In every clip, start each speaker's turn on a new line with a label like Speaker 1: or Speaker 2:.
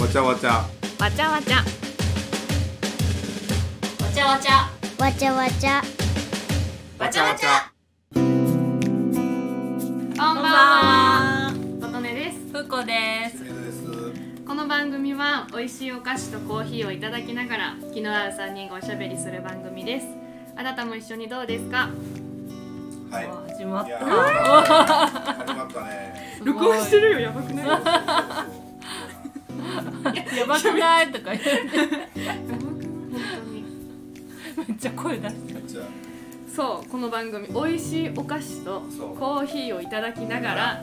Speaker 1: わちゃわちゃ
Speaker 2: わちゃわちゃ
Speaker 3: わちゃわちゃ
Speaker 4: わちゃわちゃ
Speaker 3: わちゃわちゃこんばん
Speaker 2: こん
Speaker 3: は
Speaker 2: ばんは
Speaker 3: 琴音です
Speaker 2: ふこです
Speaker 1: 姫です
Speaker 3: この番組は美味しいお菓子とコーヒーをいただきながら気の合う3人がおしゃべりする番組ですあなたも一緒にどうですか
Speaker 1: はい
Speaker 2: 始まっ
Speaker 1: いや
Speaker 2: た
Speaker 1: ー始まったね
Speaker 2: すごい
Speaker 3: るよやばく ない
Speaker 1: そうそうそう
Speaker 2: やばくないとか言って
Speaker 3: やばくない本当に
Speaker 2: めっちゃ声出して
Speaker 1: そうめっちゃ
Speaker 3: そうこの番組美味しいお菓子と
Speaker 1: そう
Speaker 3: コーヒーをいただきながら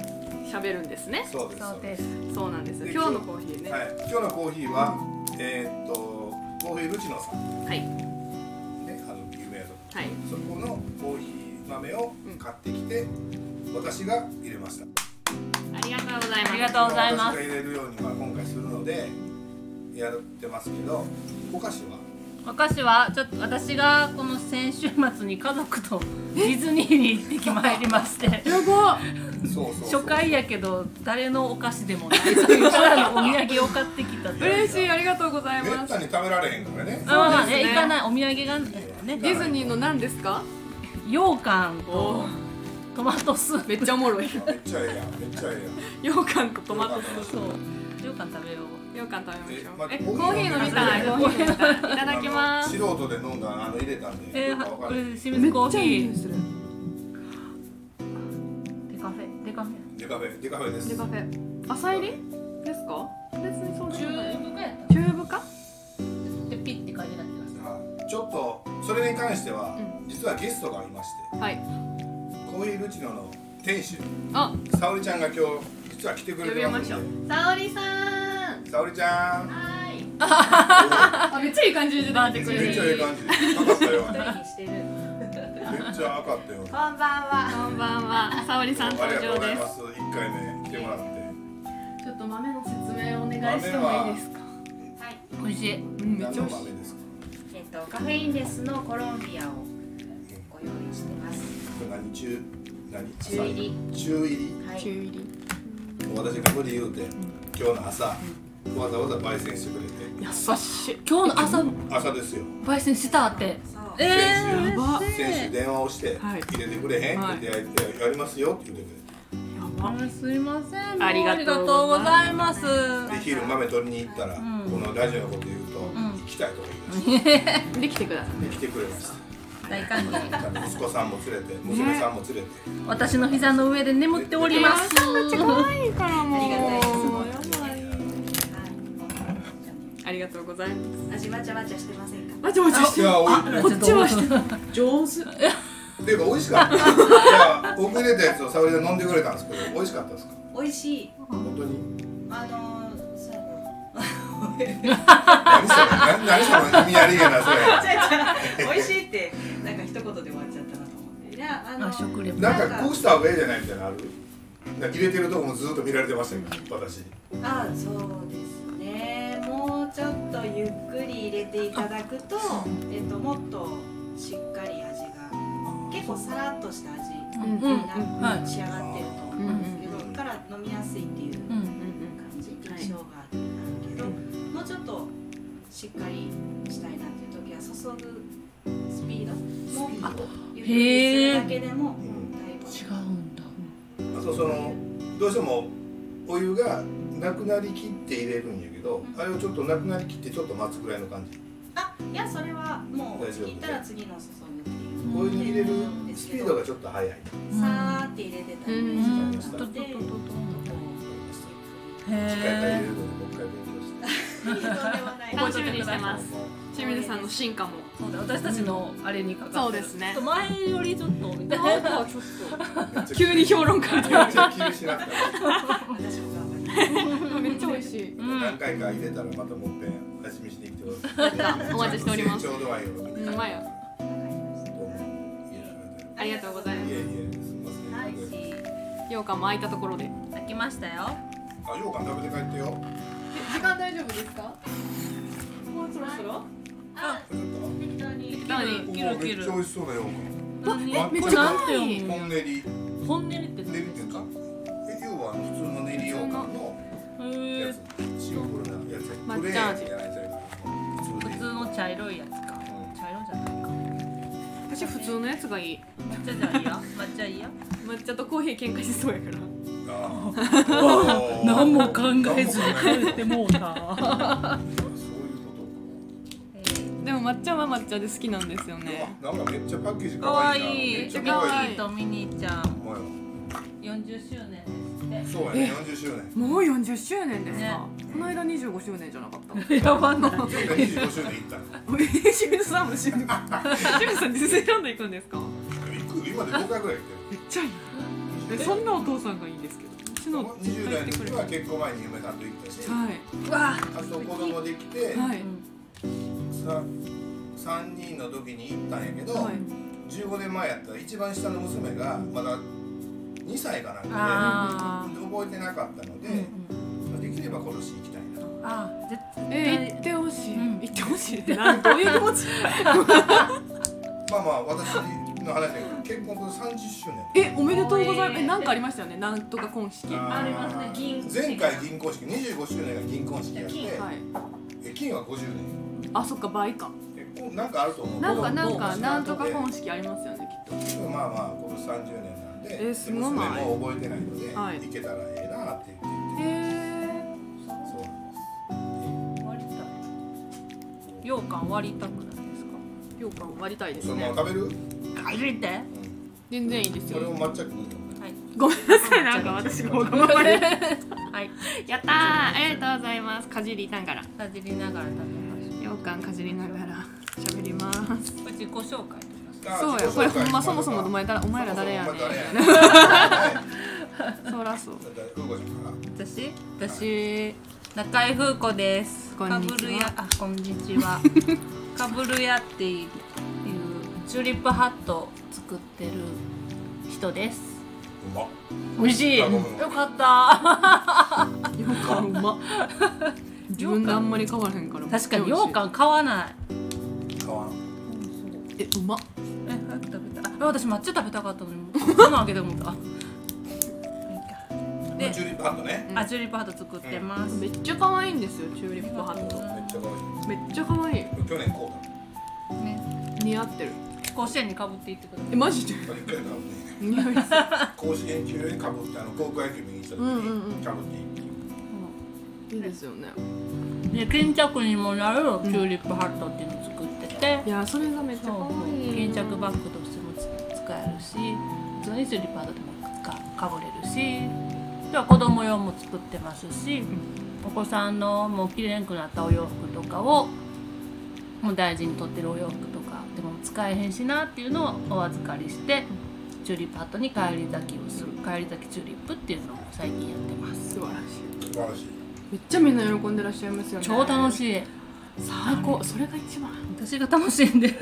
Speaker 3: 喋るんですね
Speaker 1: そうですそうです
Speaker 3: そうなんですよ
Speaker 1: で
Speaker 3: 今日のコーヒーね
Speaker 1: はい今日のコーヒーはえーっとコーヒールチノさん
Speaker 3: はい
Speaker 1: ねあの有名な
Speaker 3: はい
Speaker 1: そこのコーヒー豆を買ってきて私が入れました
Speaker 3: ありがとうございます
Speaker 2: ありがとうございま
Speaker 1: 私が
Speaker 2: す
Speaker 1: 入れるようには今回するのでやってますけどお菓子は
Speaker 2: お菓子はちょっと私がこの先週末に家族とディズニーに行ってきまいりまして
Speaker 3: やば
Speaker 1: そうそうそう
Speaker 2: 初回やけど誰のお菓子でもないというただのお土産を買ってきたという
Speaker 3: 嬉しいありがとうござい
Speaker 1: め
Speaker 3: ま
Speaker 1: っ
Speaker 3: す
Speaker 1: たに食べられへんからね
Speaker 2: あまあ
Speaker 3: そうです
Speaker 2: ね
Speaker 3: ね
Speaker 2: 行かないお土産がね
Speaker 3: ディズニーの何ですか
Speaker 2: 羊羹
Speaker 3: お
Speaker 2: とトマトスープ
Speaker 3: めっちゃおもろ
Speaker 1: め
Speaker 3: い
Speaker 1: っちゃええやんめっちゃええやん
Speaker 3: 羊羹とトマト
Speaker 1: ト
Speaker 2: そう羊羹食べよう
Speaker 3: 羊羹食べましょう
Speaker 1: えま
Speaker 3: えコーヒー飲みたいコ
Speaker 2: コ
Speaker 3: ー
Speaker 2: ー
Speaker 3: ヒ
Speaker 2: ヒ
Speaker 3: ー
Speaker 2: ー
Speaker 3: 飲みたいいただきます
Speaker 1: あの素人で飲んだあの入れたんで
Speaker 2: え
Speaker 1: よ
Speaker 2: ー、
Speaker 1: くわ
Speaker 2: は
Speaker 1: か
Speaker 2: こ
Speaker 1: ら
Speaker 2: れ
Speaker 1: へん
Speaker 2: 清水コ
Speaker 3: め
Speaker 2: ーヒ
Speaker 3: っちゃいい匂い
Speaker 2: ー
Speaker 3: する
Speaker 2: デカフェデカフェ
Speaker 1: デカフェデカフェです
Speaker 3: でカフェ朝入りですか別にそうでもない
Speaker 2: 部くらいやっ
Speaker 3: チューブか
Speaker 2: たでピッて書いてた気がする
Speaker 1: はいちょっとそれに関しては、
Speaker 3: う
Speaker 1: 実はゲストがいまして
Speaker 3: はい
Speaker 1: コーヒールチノの店主
Speaker 3: あ
Speaker 1: 沙織ちゃんが今日実は来てく
Speaker 3: 呼
Speaker 1: れ
Speaker 3: び
Speaker 1: てま
Speaker 3: ますしょうん沙織さん
Speaker 1: で沙織ちゃ ん
Speaker 3: はいあめっちゃいい感じで出てく
Speaker 1: め
Speaker 3: れ
Speaker 1: っちゃいい
Speaker 3: る
Speaker 1: 感じ赤かったよ
Speaker 2: してる
Speaker 1: めっちゃ赤かった よ
Speaker 4: こんばんは
Speaker 3: こんばんは沙織さん
Speaker 1: あり
Speaker 3: 登
Speaker 1: がとう
Speaker 3: 場
Speaker 1: ござい
Speaker 3: で
Speaker 1: ますす一回目来てもらって
Speaker 3: ちょっと豆の説明をお願いしてもいいですか
Speaker 5: はい、
Speaker 2: 美味しい
Speaker 3: うんめっ
Speaker 1: 何
Speaker 3: ちゃ
Speaker 1: の
Speaker 3: 美味し
Speaker 1: 豆
Speaker 3: い
Speaker 1: ですか
Speaker 5: えっ、とカフェインレスのコロンビアをご用意してます。
Speaker 1: これ何中何
Speaker 5: 中入り
Speaker 1: 朝中入り
Speaker 5: は
Speaker 3: 中
Speaker 5: い、
Speaker 3: 入り
Speaker 1: もう私が無理言うて今日の朝わざわざ焙煎してくれて
Speaker 3: 優しい
Speaker 2: 今日の朝
Speaker 1: 朝ですよ
Speaker 2: 焙煎したって
Speaker 5: そう、
Speaker 2: え
Speaker 1: 先
Speaker 3: やば
Speaker 2: 嬉しい
Speaker 1: 選手電話をして
Speaker 3: はい
Speaker 1: 入れてくれへん
Speaker 3: はい
Speaker 1: ってやってやりますよって言って
Speaker 3: やば
Speaker 2: あすいませんもう
Speaker 3: あ
Speaker 2: あ
Speaker 3: り
Speaker 2: り
Speaker 3: が
Speaker 2: が
Speaker 3: と
Speaker 2: と
Speaker 3: う
Speaker 2: う
Speaker 3: ご
Speaker 2: ご
Speaker 3: ざ
Speaker 2: ざいます
Speaker 1: くれてで昼豆取りに行ったらこ
Speaker 2: ん
Speaker 1: のラジオのこと言うと
Speaker 2: ん
Speaker 1: 行きたいとか言い
Speaker 3: できてください
Speaker 1: 出してで来てくれました
Speaker 2: 大歓迎
Speaker 1: 息子さんも連れて娘さんも連れて
Speaker 2: 私の膝の上で眠っております
Speaker 3: いからもう
Speaker 5: ありがたいです
Speaker 3: ありがとうございます
Speaker 5: 味わちゃわちゃしてませんか。
Speaker 3: まちまち
Speaker 1: いやおい
Speaker 3: こっちはしてた上手
Speaker 1: っていうか美味し かったいや僕出たやつを沙織で飲んでくれたんですけど美味しかったですか
Speaker 5: 美味しい。
Speaker 1: 本当に
Speaker 5: あのー、そうやな。
Speaker 1: 何それ何何その意味ありげなそ れ
Speaker 5: 違う違う美味しいってなんか一言で終わっちゃったなと思って。いやあの
Speaker 2: あ食レポ
Speaker 1: なんかこうした方がいいじゃないみたいなのあるなんか入れてるとこもずっと見られてましたけど私
Speaker 5: あそうですね。もうちょっとゆっくり入れていただくと、えっ、ともっとしっかり味が結構さらっとした味
Speaker 2: うん
Speaker 5: に
Speaker 2: うんうん
Speaker 5: な
Speaker 2: はい
Speaker 5: 仕上がってると思うんですけど、から飲みやすいっていう。
Speaker 2: うん
Speaker 5: 感じ
Speaker 3: はい
Speaker 5: 印象があるけど、もうちょっとしっかりしたいなっていう時は注ぐスピードもゆっくりするだけでも
Speaker 1: うん
Speaker 5: だいぶ
Speaker 2: 違うんだ
Speaker 1: あとそのどうしてもお湯がなくなりきって入れるんやけど、
Speaker 5: うん
Speaker 1: あれをちょっとなくなりきってちょっと待つぐらいの感じ、
Speaker 5: あいやそれはもう
Speaker 1: 大丈夫
Speaker 5: 切ったら次の注ぐってい
Speaker 1: お
Speaker 5: う
Speaker 1: 湯に入れる
Speaker 5: うん
Speaker 1: スピードがちょっと速い、
Speaker 5: さーって入れてたり
Speaker 2: う
Speaker 5: とか
Speaker 2: ん
Speaker 1: うん
Speaker 5: して
Speaker 2: とととと
Speaker 1: し
Speaker 2: へ
Speaker 1: っかり入れ
Speaker 2: え
Speaker 1: るので僕から勉強して
Speaker 5: とんでもない
Speaker 3: 楽 しみにしてます
Speaker 1: は
Speaker 3: 清水さんの進化も
Speaker 2: そうだ私たちのあれにかかってる
Speaker 3: そうですね
Speaker 2: ちょっと前よりちょっとみたい
Speaker 3: なん
Speaker 2: な
Speaker 3: かちょっ
Speaker 1: めっち
Speaker 3: と
Speaker 1: ゃ
Speaker 3: 急に評論家
Speaker 1: めっちゃ気にしなくても
Speaker 5: 私も頑張りま
Speaker 3: めっちゃ美味しい
Speaker 2: うん
Speaker 1: 何回か入れたらまたもっぺん味見しに来てください
Speaker 3: お待ちしております
Speaker 1: 成長度合いを見て
Speaker 3: うまいよ
Speaker 5: す
Speaker 1: どうもいや
Speaker 3: ありがとうございま
Speaker 1: い
Speaker 3: す
Speaker 1: やいやすみません、
Speaker 5: はいし
Speaker 3: 羊羹も空いたところで
Speaker 2: 炊きましたよ
Speaker 1: あようかん食べて帰ってよ
Speaker 3: 時間大丈夫ですか
Speaker 5: もうそろそろ
Speaker 2: あ
Speaker 1: ちょっと
Speaker 5: 適当 に
Speaker 3: なの
Speaker 2: 切
Speaker 1: めっ
Speaker 2: る切る
Speaker 1: ちゃ美味しそうだよ。
Speaker 2: 何
Speaker 1: めっ
Speaker 2: こ
Speaker 1: ちゃ
Speaker 2: れなんて
Speaker 3: 可
Speaker 2: 読
Speaker 3: 愛い
Speaker 2: む
Speaker 1: ポン練り。
Speaker 2: 本音ってど
Speaker 1: 練
Speaker 2: うい
Speaker 1: り
Speaker 2: う
Speaker 1: って
Speaker 2: こと
Speaker 1: い
Speaker 2: で
Speaker 1: う
Speaker 2: す
Speaker 1: んです
Speaker 2: か
Speaker 1: か。え、要は普通の練り羊羹の
Speaker 2: へ
Speaker 1: や
Speaker 2: え
Speaker 1: つ。シンプルなやつや
Speaker 2: 抹
Speaker 1: プレ
Speaker 2: 茶
Speaker 1: ーン
Speaker 2: 味
Speaker 1: じゃないですか普通
Speaker 2: 普
Speaker 1: で
Speaker 2: 通の茶色いやつか茶色じゃないか
Speaker 3: 私普通のやつがいい
Speaker 2: 抹茶じゃいや抹茶いや
Speaker 3: 抹茶とコーヒー喧嘩しそうやから
Speaker 1: あー
Speaker 2: 何も考えずに
Speaker 1: 何も考え
Speaker 2: 食べてもうな
Speaker 1: そういうこ
Speaker 3: でも抹茶は抹茶で好きなんですよ
Speaker 1: と
Speaker 3: ね
Speaker 1: うわなんかめっちゃパッケージ
Speaker 2: か
Speaker 1: 可
Speaker 2: わ
Speaker 1: 愛いな。
Speaker 2: い
Speaker 1: め
Speaker 2: い
Speaker 1: っ
Speaker 2: チ
Speaker 1: ちゃ
Speaker 2: ョ
Speaker 1: 可愛い
Speaker 3: 可愛
Speaker 2: キ
Speaker 3: い
Speaker 2: キとミニーちゃん
Speaker 1: お前は
Speaker 2: 40周年です
Speaker 1: そうやね、40周年。
Speaker 3: もう40周年ですか、
Speaker 2: ね
Speaker 3: この間25周年じゃなかった
Speaker 2: ってやばな
Speaker 1: ちょっと25周年行ったの。
Speaker 3: 清水さんも清水さんディズニーランド行くんですか
Speaker 1: 行く今で5回ぐらい行ってる。
Speaker 3: めっちゃいいえそんなお父さんがいいんですけどうちの
Speaker 1: 二
Speaker 3: 絶
Speaker 1: 十
Speaker 3: 対
Speaker 1: 代
Speaker 3: 来
Speaker 1: の
Speaker 3: てくれ
Speaker 1: 時
Speaker 3: るは
Speaker 1: は結婚前に嫁さんと行ったし、
Speaker 3: い
Speaker 1: あ
Speaker 2: わ
Speaker 1: と子供できて、
Speaker 3: はい
Speaker 2: うん
Speaker 1: さ三人の時に行ったんやけど、
Speaker 3: はい
Speaker 1: 15年前やったら一番下の娘がまだ2歳かなんか
Speaker 2: あ
Speaker 1: で、覚えてなかったので、
Speaker 2: ーうん
Speaker 1: できれば今年行きたいな。
Speaker 2: あー絶
Speaker 3: え行
Speaker 2: 対
Speaker 3: ってほしい、
Speaker 2: うん
Speaker 3: 行ってほしいってなんどういう気持ち
Speaker 1: まあまあ私の話だけど結婚と30周年。
Speaker 3: えおめでとうございますえなんかありましたよねなんとか婚式は
Speaker 2: ありますね銀婚式
Speaker 1: 前回銀婚式25周年が銀婚式やって
Speaker 2: 銀
Speaker 3: い
Speaker 1: え金は50年
Speaker 3: あそっか倍か
Speaker 1: えこうなんかあると思う
Speaker 3: なんかなんかなんとか
Speaker 1: 婚
Speaker 3: 婚式ありますよねきっと
Speaker 1: 式まあまあこの30年なんで
Speaker 3: えすごない
Speaker 1: で娘も覚えてないので、
Speaker 3: はい
Speaker 1: 行けたらええなって言って
Speaker 3: へえ
Speaker 1: そうなんです
Speaker 2: 終わりたい羊羹割りたくないですか
Speaker 3: 羊羹割りたいです
Speaker 1: その
Speaker 3: ね
Speaker 1: 食べる、
Speaker 2: 帰れて
Speaker 1: うん、
Speaker 3: 全然いいです
Speaker 1: これ
Speaker 3: よ
Speaker 1: を抹茶食うの
Speaker 2: はい
Speaker 3: ごめんなさい なんか私がわがままで
Speaker 2: はい
Speaker 3: やったーありがとうございますかじりながら
Speaker 2: かじりながら食べまし
Speaker 3: 羊羹かじりながら喋ります
Speaker 2: ょううちご紹介とかす
Speaker 1: あ
Speaker 3: そう
Speaker 1: 自己
Speaker 3: よ
Speaker 1: 紹介
Speaker 3: これほんまそもそもお前だお
Speaker 1: お
Speaker 3: 前ら誰やねん
Speaker 1: 前ら誰やねん
Speaker 3: そらそう
Speaker 1: うごちゃんから
Speaker 2: 私私中井風子です
Speaker 3: こんにちは
Speaker 2: かぶるやあこんにち はかぶるやっていうチューリップハットを作ってる人です
Speaker 1: うまっ
Speaker 2: 美味しい
Speaker 1: あ
Speaker 2: よ
Speaker 1: ごめんごめん
Speaker 2: かった
Speaker 3: 羊羹うま自分であんまり買わへんから
Speaker 2: 確かに羊羹買わない
Speaker 1: 変わらん
Speaker 3: えうまっ
Speaker 2: え早く食べたいあ私抹茶食べたかったのにこのあげてもったあいいか
Speaker 1: まあ
Speaker 2: で
Speaker 1: チューリップハットね
Speaker 2: あチューリップハット作ってます、
Speaker 3: めっちゃ可愛いんですよチューリップハッ
Speaker 1: めっちゃ可
Speaker 3: トめっちゃ可愛い
Speaker 1: 愛い去年こ
Speaker 2: ね、
Speaker 3: 似合ってる
Speaker 2: 甲子園にかぶっていってください
Speaker 3: えマジで
Speaker 1: うだ一回だもんね
Speaker 3: 似合いそ
Speaker 1: 甲子園球にかぶってあの高校野球見に行った時
Speaker 3: うんうんうん
Speaker 1: にかぶっていいっていう
Speaker 3: ういいですよね
Speaker 2: うんで巾着にもなるチューリップハットっていうのを作ってて、
Speaker 3: いやそれがめっちゃ
Speaker 2: そう
Speaker 3: 可愛い
Speaker 2: 巾着バッグとしても使えるし普通にスリッパーだともかかぶれるしでは子供用も作ってますし、お子さんのもう着れんくなったお洋服とかをもう大事に取ってるお洋服とかでも使えへんしなっていうのをお預かりして、チューリップハットに返り咲きをする返り咲きチューリップっていうのを最近やってます。
Speaker 3: 素晴らしい
Speaker 1: 素晴らしい
Speaker 3: めっちゃみんな喜んでらっしゃいますよね
Speaker 2: 超楽
Speaker 3: い
Speaker 2: しい
Speaker 3: 最高それが一番
Speaker 2: 私が楽しんでる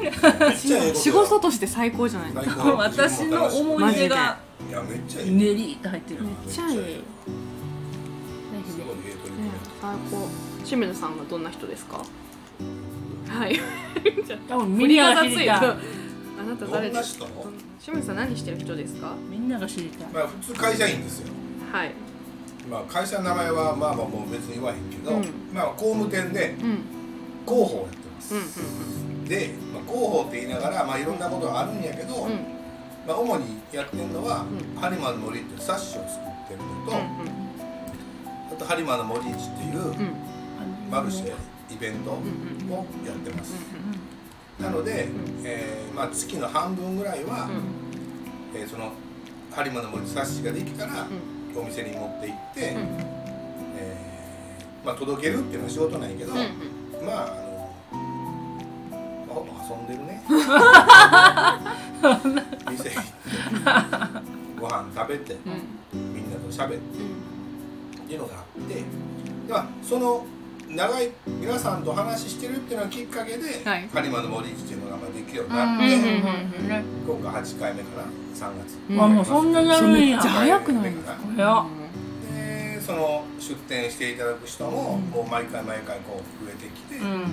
Speaker 1: めっちゃええこと
Speaker 3: 仕事として最高じゃないですか
Speaker 1: 最高
Speaker 2: 私の思い出が
Speaker 1: いやめっちゃいい
Speaker 2: 練りって入ってる
Speaker 1: め
Speaker 3: めっちゃいい
Speaker 1: すご
Speaker 3: ね
Speaker 1: いええ取り組み
Speaker 3: 最高清水さんはどんな人ですかはい
Speaker 2: 多分
Speaker 3: 振
Speaker 2: みん
Speaker 3: り
Speaker 2: な
Speaker 3: が
Speaker 2: が
Speaker 3: ざつ
Speaker 2: 知り
Speaker 3: い
Speaker 2: た
Speaker 3: たあ
Speaker 2: い
Speaker 3: なた
Speaker 1: ど
Speaker 3: 誰
Speaker 1: ん
Speaker 3: で
Speaker 1: な
Speaker 3: す
Speaker 1: 人
Speaker 3: か清水さん何してる人ですか
Speaker 2: みんなが知りたい
Speaker 1: まあ普通会社員ですよ
Speaker 3: はい
Speaker 1: まあ会社の名前はまあまあもう別に言わへんけど、
Speaker 3: うん
Speaker 1: まあ公務店で
Speaker 3: うんうん
Speaker 1: 広報やってます、
Speaker 3: うん
Speaker 1: で、まあ、広報って言いながらまあいろんなことがあるんやけど、
Speaker 3: うんうん
Speaker 1: まあ主にやってるのは
Speaker 3: う
Speaker 1: 播磨、の森っていう冊子を作ってるのと、
Speaker 3: う
Speaker 1: あと播磨の森市っていうん
Speaker 3: うんうん
Speaker 1: マルシェイベントを
Speaker 3: うん
Speaker 1: やってます、
Speaker 2: うん
Speaker 1: なので、
Speaker 3: ん
Speaker 1: えーまあ、月の半分ぐらいは、
Speaker 3: う
Speaker 1: えーその播磨の森冊子ができたら、お店に持って行って、
Speaker 3: ん
Speaker 1: えーまあ、届けるっていうのは仕事なんやけど、
Speaker 3: うん
Speaker 1: まああのあほぼ遊んでるね店行ってご飯食べて、
Speaker 3: うん
Speaker 1: みんなと喋ってっていうのがあってでまあその長い皆さんと話してるっていうのがきっかけで
Speaker 3: はい
Speaker 1: 播磨、の森市っていうのがまあできるようになって、
Speaker 2: う
Speaker 1: 今回8回目かな3月、
Speaker 3: うん
Speaker 2: あもうそんななるん
Speaker 3: め
Speaker 2: や
Speaker 3: っちゃ早くないですか
Speaker 2: ん早っ
Speaker 1: でその出店していただく人ももう毎回毎回こう増えてきて、
Speaker 2: うん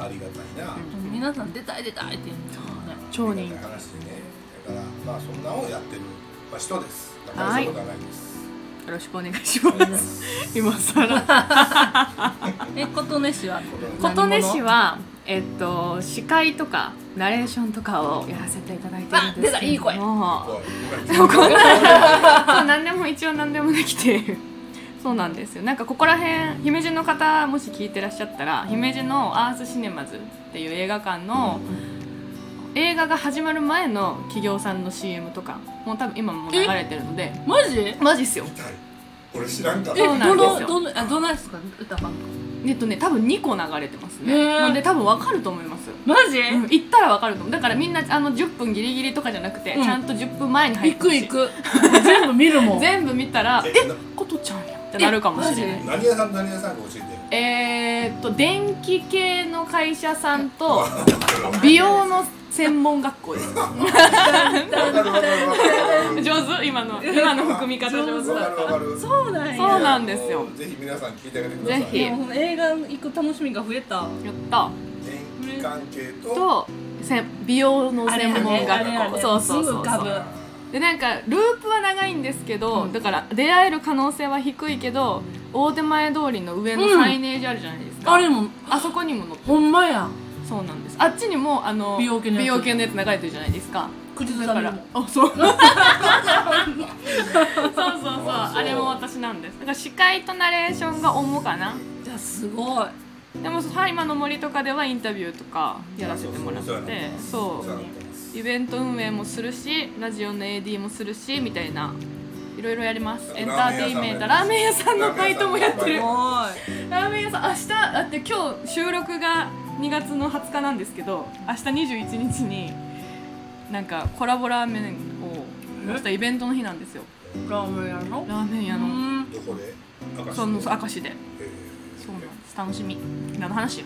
Speaker 1: ありがたいな、
Speaker 2: うん皆さん出たい出たいって言うんですもんね
Speaker 3: 超人気
Speaker 1: ありがたい話でねだからまあそんなのをやってる、まあ、人ですだから
Speaker 3: は
Speaker 1: そ
Speaker 3: いう
Speaker 1: いうことはないです、
Speaker 3: よろしくお願いします今更
Speaker 2: え琴音氏は
Speaker 3: 琴音氏は、えっと、司会とかナレーションとかをやらせていただいてるんですけども
Speaker 2: あ出たいい声
Speaker 3: も
Speaker 1: こう
Speaker 3: うこんなそう何でも一応何でもできてそうなんですよなんかここら辺姫路の方もし聞いてらっしゃったら姫路のアースシネマズっていう映画館の映画が始まる前の企業さんの CM とかもう多分今も流れてるので
Speaker 2: マジ
Speaker 3: マジっすよ
Speaker 1: 痛い俺知らんかった
Speaker 2: え
Speaker 3: そうなんですよ
Speaker 2: どのどのあどないですか歌番組
Speaker 3: えっとね多分2個流れてますね、
Speaker 2: ねえ
Speaker 3: なんで多分わかると思います
Speaker 2: マジ、
Speaker 3: うん行ったらわかると思うだからみんなあの10分ギリギリとかじゃなくて、
Speaker 2: うん
Speaker 3: ちゃんと10分前に入っ
Speaker 2: 行
Speaker 3: てほ
Speaker 2: く
Speaker 3: しい
Speaker 2: 行く 全部見るもん
Speaker 3: 全部見たら
Speaker 1: え
Speaker 3: え
Speaker 1: な
Speaker 3: ことちゃんやってなるかもしれな
Speaker 2: え
Speaker 3: い
Speaker 1: 何屋さんと何屋さんか教えて
Speaker 3: えー、っと電気系の会社さんと
Speaker 1: わ
Speaker 3: 美容の専門学校です
Speaker 1: かるわかるわかるわかる
Speaker 3: 上手今の今の含み方上手
Speaker 1: わか
Speaker 3: だっ
Speaker 1: る
Speaker 3: た
Speaker 1: わかる
Speaker 2: そうなん
Speaker 3: そ
Speaker 2: や
Speaker 3: うなんですよ
Speaker 1: もうぜひ皆さん聞いてあげてください
Speaker 3: ぜひ
Speaker 2: でも映画行く楽しみが増えた
Speaker 3: やった
Speaker 1: 電気関係と
Speaker 3: とせん美容の専門
Speaker 1: あれあれあ
Speaker 3: 学校
Speaker 1: れ
Speaker 3: そうそう
Speaker 2: す
Speaker 3: そ
Speaker 2: ぐ
Speaker 3: う
Speaker 2: 浮
Speaker 3: そ
Speaker 2: か
Speaker 3: う
Speaker 2: ぶ
Speaker 3: でなんかループは長いんですけど、
Speaker 2: うん
Speaker 3: だから出会える可能性は低いけど大手前通りの上のサイネージあるじゃないですか、
Speaker 2: あれも
Speaker 3: あそこにも載って
Speaker 2: ほんまや
Speaker 3: そうなんですあっちにもあの
Speaker 2: 美容系のやつ
Speaker 3: 系のやつ流れてるじゃないです か
Speaker 2: 口
Speaker 3: だ
Speaker 2: ずさ
Speaker 3: か
Speaker 2: み
Speaker 3: ら
Speaker 2: も
Speaker 3: あそうそうそうそう
Speaker 1: あ
Speaker 3: あ
Speaker 1: そう
Speaker 3: れも私なんですだから司会とナレーションが主かな
Speaker 2: じゃあすごい
Speaker 3: でもはい今の森とかではインタビューとかやらせてもらって
Speaker 1: そうそう
Speaker 3: そ
Speaker 1: お世話になってます
Speaker 3: うイベント運営もするしラジオの AD もするしみたいないろいろやりますエンターテインメントラーメン屋さんのバイトもやってる
Speaker 2: すごい
Speaker 3: ラーメン屋さん明日だって今日収録が2月の20日なんですけど明日21日になんかコラボラーメンを明日イベントの日なんですよ
Speaker 2: ラーメン屋の
Speaker 3: ラーメン屋
Speaker 2: う
Speaker 3: の
Speaker 2: ん
Speaker 1: どこで明石
Speaker 3: その明石で
Speaker 1: えー
Speaker 3: そうなんです楽しみ何の話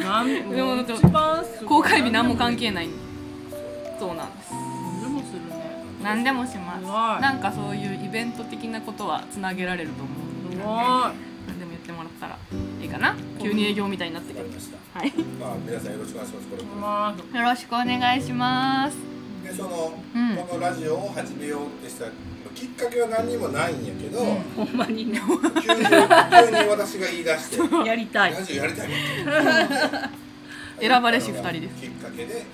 Speaker 2: なん
Speaker 3: でも
Speaker 2: 一番すご
Speaker 3: 公
Speaker 2: い
Speaker 3: 開日何も関係ないそうなんです
Speaker 2: 何でもするね
Speaker 3: 何でもします
Speaker 2: すごい
Speaker 3: なんかそういうイベント的なことはつなげられると思う
Speaker 2: すご
Speaker 3: 何でも言ってもらったらいいかな急に営業みたいになって
Speaker 1: わか
Speaker 3: くる
Speaker 1: りました
Speaker 3: はいよ
Speaker 1: まあ皆さんよろしくお願いしますこれ
Speaker 2: いまあ
Speaker 3: ろしくお願いします
Speaker 1: でその、
Speaker 3: うん
Speaker 1: このラジオを始めようってしたきっかけは何にもないんやけど、
Speaker 2: ほんまにね
Speaker 1: 急に急に私が言い出して
Speaker 2: やりたい
Speaker 1: ラジオやりたいねって
Speaker 3: 選ばれし二人です
Speaker 1: きっかけ で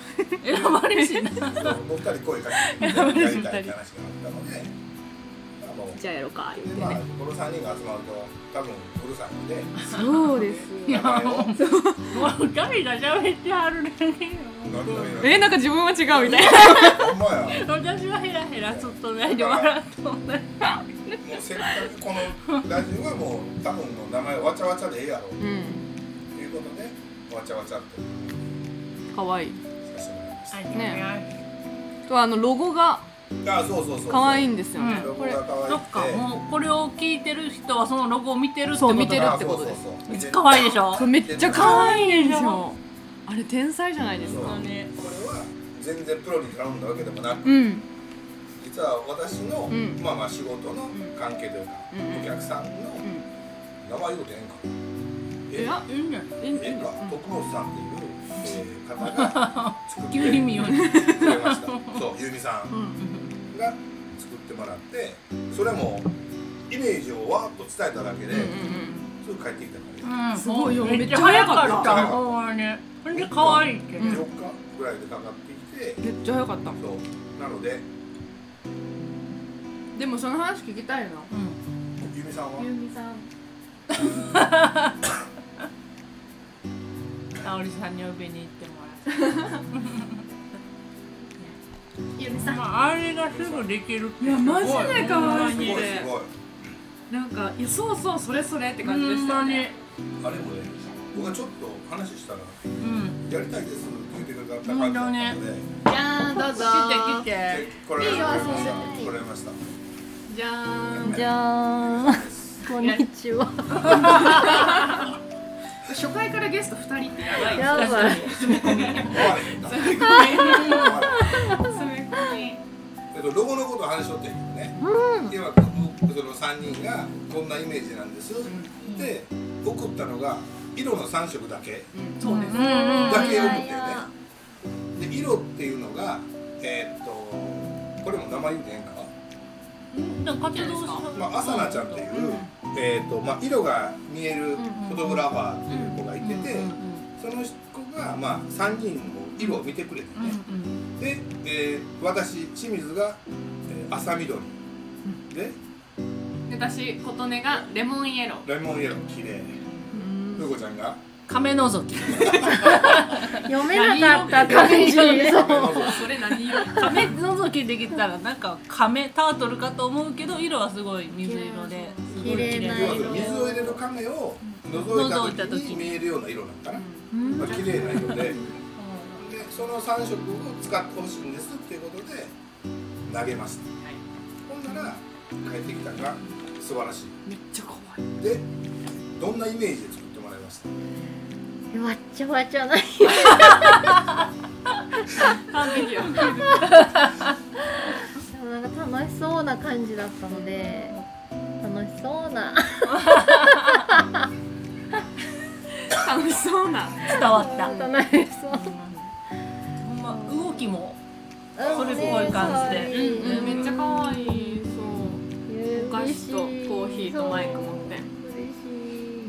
Speaker 2: 選ばれしな
Speaker 1: お二人声かけて
Speaker 3: 選ばれし
Speaker 1: や
Speaker 3: 二
Speaker 1: り
Speaker 3: 人
Speaker 1: たいって話があったのでまあもう
Speaker 3: じゃあやろうか
Speaker 1: でまあこの三人が集まると多分うるさいの で
Speaker 3: そうです
Speaker 1: 名前を
Speaker 2: もう神が喋ってはるね
Speaker 3: えー、なんか自分は違うみたいな
Speaker 1: ほんまや
Speaker 2: 私はヘラヘラそっとないで笑っとん
Speaker 1: も
Speaker 2: ね
Speaker 1: うせっかくこのラジオはもう多分の名前わちゃわちゃでええやろう
Speaker 3: うん
Speaker 1: ということでわちゃわちゃって
Speaker 3: かわいい
Speaker 1: させてもらいました
Speaker 2: ね
Speaker 3: とあのロゴが
Speaker 1: あそうそうそうそう
Speaker 3: かわいいんですよね、
Speaker 1: ロゴ
Speaker 3: これ
Speaker 1: が可愛
Speaker 2: そ
Speaker 1: く
Speaker 2: ってかもうこれを聞いてる人はそのロゴを見てるってこと
Speaker 3: そう見てるってことです
Speaker 1: そうそうそう
Speaker 2: めっちゃ可愛いでしょ
Speaker 3: そうめっちゃかわいいんですよあれ天才じゃないです
Speaker 1: そ
Speaker 3: か
Speaker 1: う
Speaker 2: ね
Speaker 1: これは全然プロに頼んだわけでもなく、
Speaker 3: うんうん
Speaker 1: 実は私の、
Speaker 3: ん
Speaker 1: まあまあ仕事の関係というか、
Speaker 3: う
Speaker 1: お
Speaker 3: ん
Speaker 1: 客さんの名前を出んか、え
Speaker 3: いや
Speaker 2: いいね
Speaker 3: いいん
Speaker 1: え
Speaker 3: だ
Speaker 1: か徳本さんっていう、えー方 が作って
Speaker 2: 急に見ようね
Speaker 1: くれましたそうゆうみさ
Speaker 3: うんん
Speaker 1: が作ってもらってそれもイメージをわーっと伝えただけで、
Speaker 3: うんうん
Speaker 1: すぐ帰ってきたから、
Speaker 2: うん
Speaker 3: すごいよ
Speaker 2: めっちゃ早
Speaker 3: めっちゃ
Speaker 2: か
Speaker 1: 早か
Speaker 2: っ
Speaker 1: った
Speaker 2: たほんまにほんで可愛いけど
Speaker 1: 4日ぐらいでかかってきて、
Speaker 3: めっちゃ良かった
Speaker 1: そうなので
Speaker 3: でもその話聞きたいな
Speaker 2: うん
Speaker 1: ゆうみさんは
Speaker 3: ゆうみさん
Speaker 2: 沙織さんに呼びに行ってもらって
Speaker 3: ゆうみさ
Speaker 2: まあ、あれがすぐできるってい
Speaker 3: いやマジで可愛い
Speaker 1: すごいすごい
Speaker 3: なんかいやそうそうそれそれって
Speaker 2: ほんまに
Speaker 1: あれもね僕がちょっと話したら
Speaker 2: うん
Speaker 1: やりたいですって言ってくれた感じだったので、
Speaker 3: じゃーんどうぞ
Speaker 2: 来て来
Speaker 1: で
Speaker 2: て
Speaker 1: これ
Speaker 3: いいよ
Speaker 1: これ
Speaker 3: そうして
Speaker 1: これました。
Speaker 3: じゃーん
Speaker 1: じゃ
Speaker 4: こんにちは。
Speaker 3: 初回からゲスト2人ってやばい
Speaker 4: やばい。
Speaker 1: 終われへんな。終われへんえっとロゴのことを話しとってんけどね。ではその三人がこんなイメージなんです。で送ったのが色の三色だけ
Speaker 3: そうです
Speaker 2: うんうん
Speaker 1: だけ送ってね。で色っていうのがえーっとこれも名前言うてええんかな。
Speaker 2: なんか活動しながら
Speaker 1: まあ、アサナちゃんっていう、えーとまあ、色が見えるフォトグラファーっていう子がいてて、その子が、まあ、3人の色を見てくれてね、で、えー私清水が、えー浅緑で
Speaker 3: で私琴音がレモンイエロー
Speaker 1: レモンイエロー綺麗ふうこちゃんが
Speaker 2: 亀のぞき
Speaker 4: 読めなかった感じ。そう。
Speaker 3: それ何色
Speaker 2: 亀のぞきできたらなんか亀タートルかと思うけど色はすごい水色ですごい綺麗
Speaker 4: 綺麗
Speaker 2: な
Speaker 4: な
Speaker 1: 要は
Speaker 2: 色
Speaker 4: 色
Speaker 1: 水を入れる亀を覗いた時に見えるような色なんかな、まあ、綺麗な色で。でその3色を使ってほしいんですっていうことで投げます、ほんなら帰ってきたのが素晴らし
Speaker 3: めっちゃ怖い
Speaker 1: いでどんなイメージで作ってもらいました
Speaker 4: わっちゃわちゃない。
Speaker 3: 完璧よ
Speaker 4: でもなんか楽しそうな感じだったので、楽しそうな。
Speaker 3: 楽しそうな
Speaker 2: 伝わった
Speaker 4: 楽しそう。
Speaker 2: ほんま動きも
Speaker 1: それっ
Speaker 2: ぽい感じで
Speaker 3: うんうんめっちゃ可愛いそう
Speaker 4: お
Speaker 3: お菓子とコーヒーとマイク持ってめっ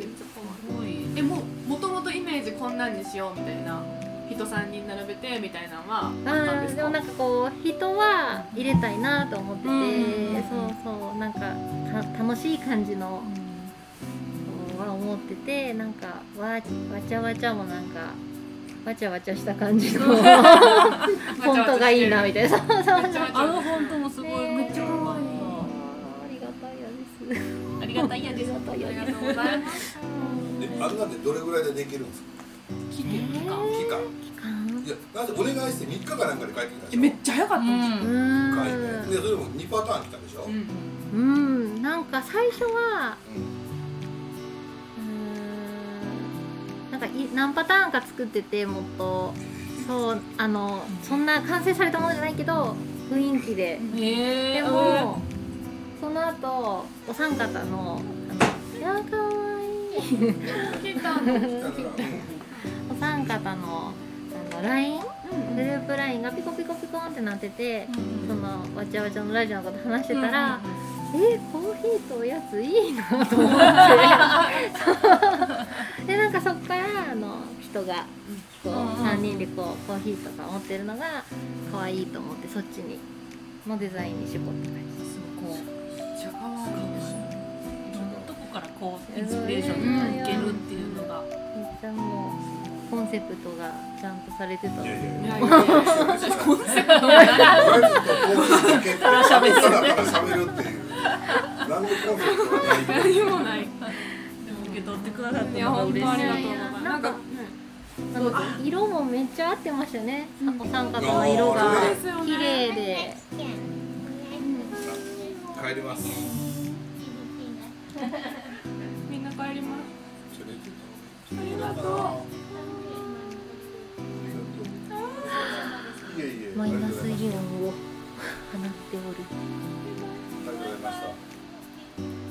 Speaker 3: ちゃ可愛い
Speaker 2: すごい
Speaker 3: えももともとイメージこんなんにしようみたいな人3人並べてみたいなのはあったん
Speaker 4: あ
Speaker 3: で
Speaker 4: ー
Speaker 3: す
Speaker 4: で
Speaker 3: か
Speaker 4: もなんかこう人は入れたいなと思ってて、
Speaker 2: うん
Speaker 4: そうそうなんかた楽しい感じのそうは思っててなんかわわちゃわちゃもなんかわちゃわちゃした感じのフォントがいいなみたいなそうそうそう
Speaker 3: わちゃわちゃ
Speaker 2: あの本当もすごいめっちゃ可愛い
Speaker 4: ありがたいやです
Speaker 2: ありがたいやです
Speaker 3: ありがとうございます
Speaker 1: であんなんでどれぐらいでできるんですか
Speaker 3: 期限期間
Speaker 1: 期間
Speaker 4: 期間
Speaker 1: いやだってお願いして3日かなんかで帰ってきたで
Speaker 3: え
Speaker 1: しょ
Speaker 3: めっちゃ早かったんですよ
Speaker 4: う
Speaker 1: 一回
Speaker 4: ん
Speaker 1: ねでそれも2パターン来たでしょ、
Speaker 3: う
Speaker 1: うん
Speaker 3: ん
Speaker 4: うんなんか最初はうーんなんかい何パターンか作っててもっとそうあのそんな完成されたものじゃないけど雰囲気で
Speaker 2: え
Speaker 4: でもその後お三方の「あのいやーかわいい」
Speaker 3: 来たの
Speaker 1: だから、うん
Speaker 4: お三方のあの LINE グループ LINE がピコピコピコンってなってて、そのわちゃわちゃのラジオのこと話してたら、えーコーヒーとおやついいなと思 ってでなんかそっからあの人がこう3人でこうコーヒーとか持ってるのが可愛いと思ってそっちにのデザインに絞って感じ
Speaker 3: めっちゃ可
Speaker 2: どこからこうインスピレーションがいけるっていうのが
Speaker 4: めっちゃもうコンセプトがちゃんとされてたの
Speaker 1: いやい
Speaker 4: で
Speaker 1: やいや
Speaker 3: 愛いいやいやいや
Speaker 1: コンセプトだけたら喋るっていうなんでコンセプトがない
Speaker 3: 何もない
Speaker 2: でも受け取ってくださっ
Speaker 3: い
Speaker 2: た
Speaker 3: や
Speaker 2: のが
Speaker 3: 本当
Speaker 2: 嬉
Speaker 3: あ
Speaker 2: し
Speaker 3: り
Speaker 2: い
Speaker 3: がとうございますなんか
Speaker 4: なので色もめっちゃ合ってましたよね、お三方の色が
Speaker 1: そう
Speaker 3: ですよね
Speaker 4: 綺麗で。
Speaker 1: 帰ります
Speaker 3: みんな帰ります
Speaker 1: それで
Speaker 3: ありがとう
Speaker 1: いえいえ
Speaker 4: マイナスイオ
Speaker 1: ありがとうございました
Speaker 4: ンを放っておる。
Speaker 1: ありがとうございました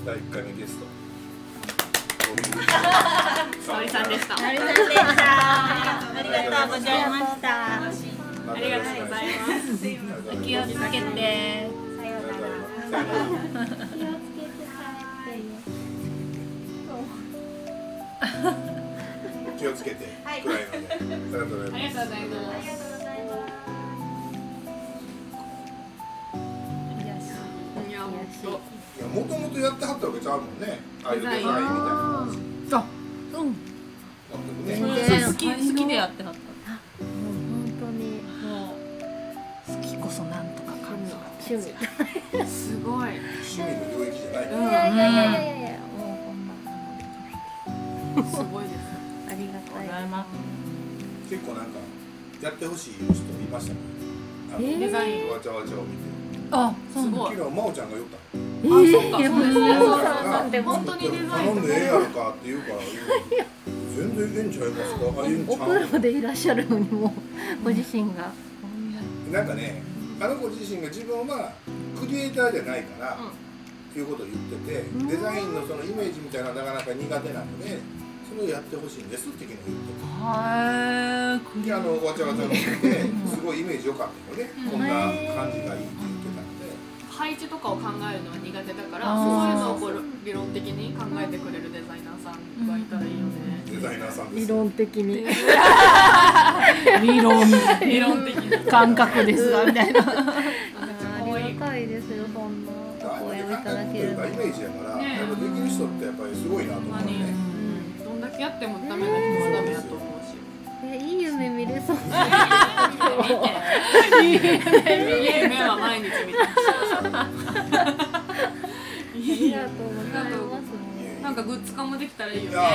Speaker 1: 第1回目ゲスト
Speaker 3: 沙織さんでした
Speaker 5: あ
Speaker 3: あ
Speaker 5: りがとうございました。ありがと
Speaker 3: りがとう
Speaker 5: うございました。
Speaker 3: ございます
Speaker 2: 気をつけて
Speaker 5: さようなら。
Speaker 1: さようなら気をつけてくらいので、ありがとうございます
Speaker 3: ありがとうございますいや本当
Speaker 1: いやもともとやってはったわけちゃうもんねアイドルデザインみたいなの
Speaker 2: あうん
Speaker 1: 全
Speaker 4: 全
Speaker 1: ね
Speaker 4: 然
Speaker 2: 好き好きでやってはった
Speaker 4: もう本当にもう
Speaker 2: 好きこそなんとかかんとか
Speaker 4: 趣味。
Speaker 3: すごい
Speaker 1: 趣味の領域じゃない
Speaker 4: いやいやいやいやいや、もうこんな。
Speaker 3: すごいです
Speaker 4: ありが
Speaker 2: ござ
Speaker 4: た
Speaker 2: い
Speaker 4: い。
Speaker 2: ま
Speaker 1: 結構なんかやってほしい人いましたねあの
Speaker 4: えー
Speaker 3: デザイン
Speaker 1: わちゃわちゃを見て
Speaker 2: すあそ
Speaker 3: すご
Speaker 1: 昨
Speaker 3: い
Speaker 1: 日真央ちゃんが言った
Speaker 4: ええ
Speaker 3: そっか
Speaker 4: ー、
Speaker 3: そうですね
Speaker 4: もうさんなんてもう
Speaker 3: 本当にデザイ
Speaker 1: 頼
Speaker 3: ン
Speaker 1: んでええやろかって言うから全然いけんちゃいますかあいうんち
Speaker 4: お
Speaker 1: ゃ
Speaker 4: プロ
Speaker 1: う
Speaker 4: でいらっしゃるのにもうご自身が。
Speaker 1: なんかねあの子自身が自分はクリエイターじゃないから、
Speaker 3: うん
Speaker 1: っていうことを言っててデザインのそのイメージみたいなのがなかなか苦手なのでそれをやってほしいんですって昨日言ってた
Speaker 2: は
Speaker 1: であのわちゃわちゃのってすごいイメージ良かったよね、こんな感じがいいって言ってたんで、
Speaker 2: い
Speaker 3: 配置とかを考えるのは苦手だから
Speaker 2: あ
Speaker 3: そういう
Speaker 2: ー
Speaker 3: のをこう理論的に考えてくれるデザイナーさんがいたらいいよね。
Speaker 1: デザイナーさんです
Speaker 4: 理論的に
Speaker 2: 理論
Speaker 3: 理論的に
Speaker 2: 感覚ですわみたいな
Speaker 4: あーありがたいですよそんなお声をいただけ
Speaker 1: イ
Speaker 4: るのは
Speaker 1: メージやから、
Speaker 3: ね
Speaker 1: やっぱできる人ってやっぱりすごいなと思うね。
Speaker 3: うんどんだけやってもダメな人はダメだと思うし。
Speaker 4: えいい夢見れそう
Speaker 3: いい夢は毎日見てほ
Speaker 4: あ
Speaker 3: しい
Speaker 4: りがとうございますね
Speaker 3: なんかグッズ化もできたらいいよ
Speaker 1: いや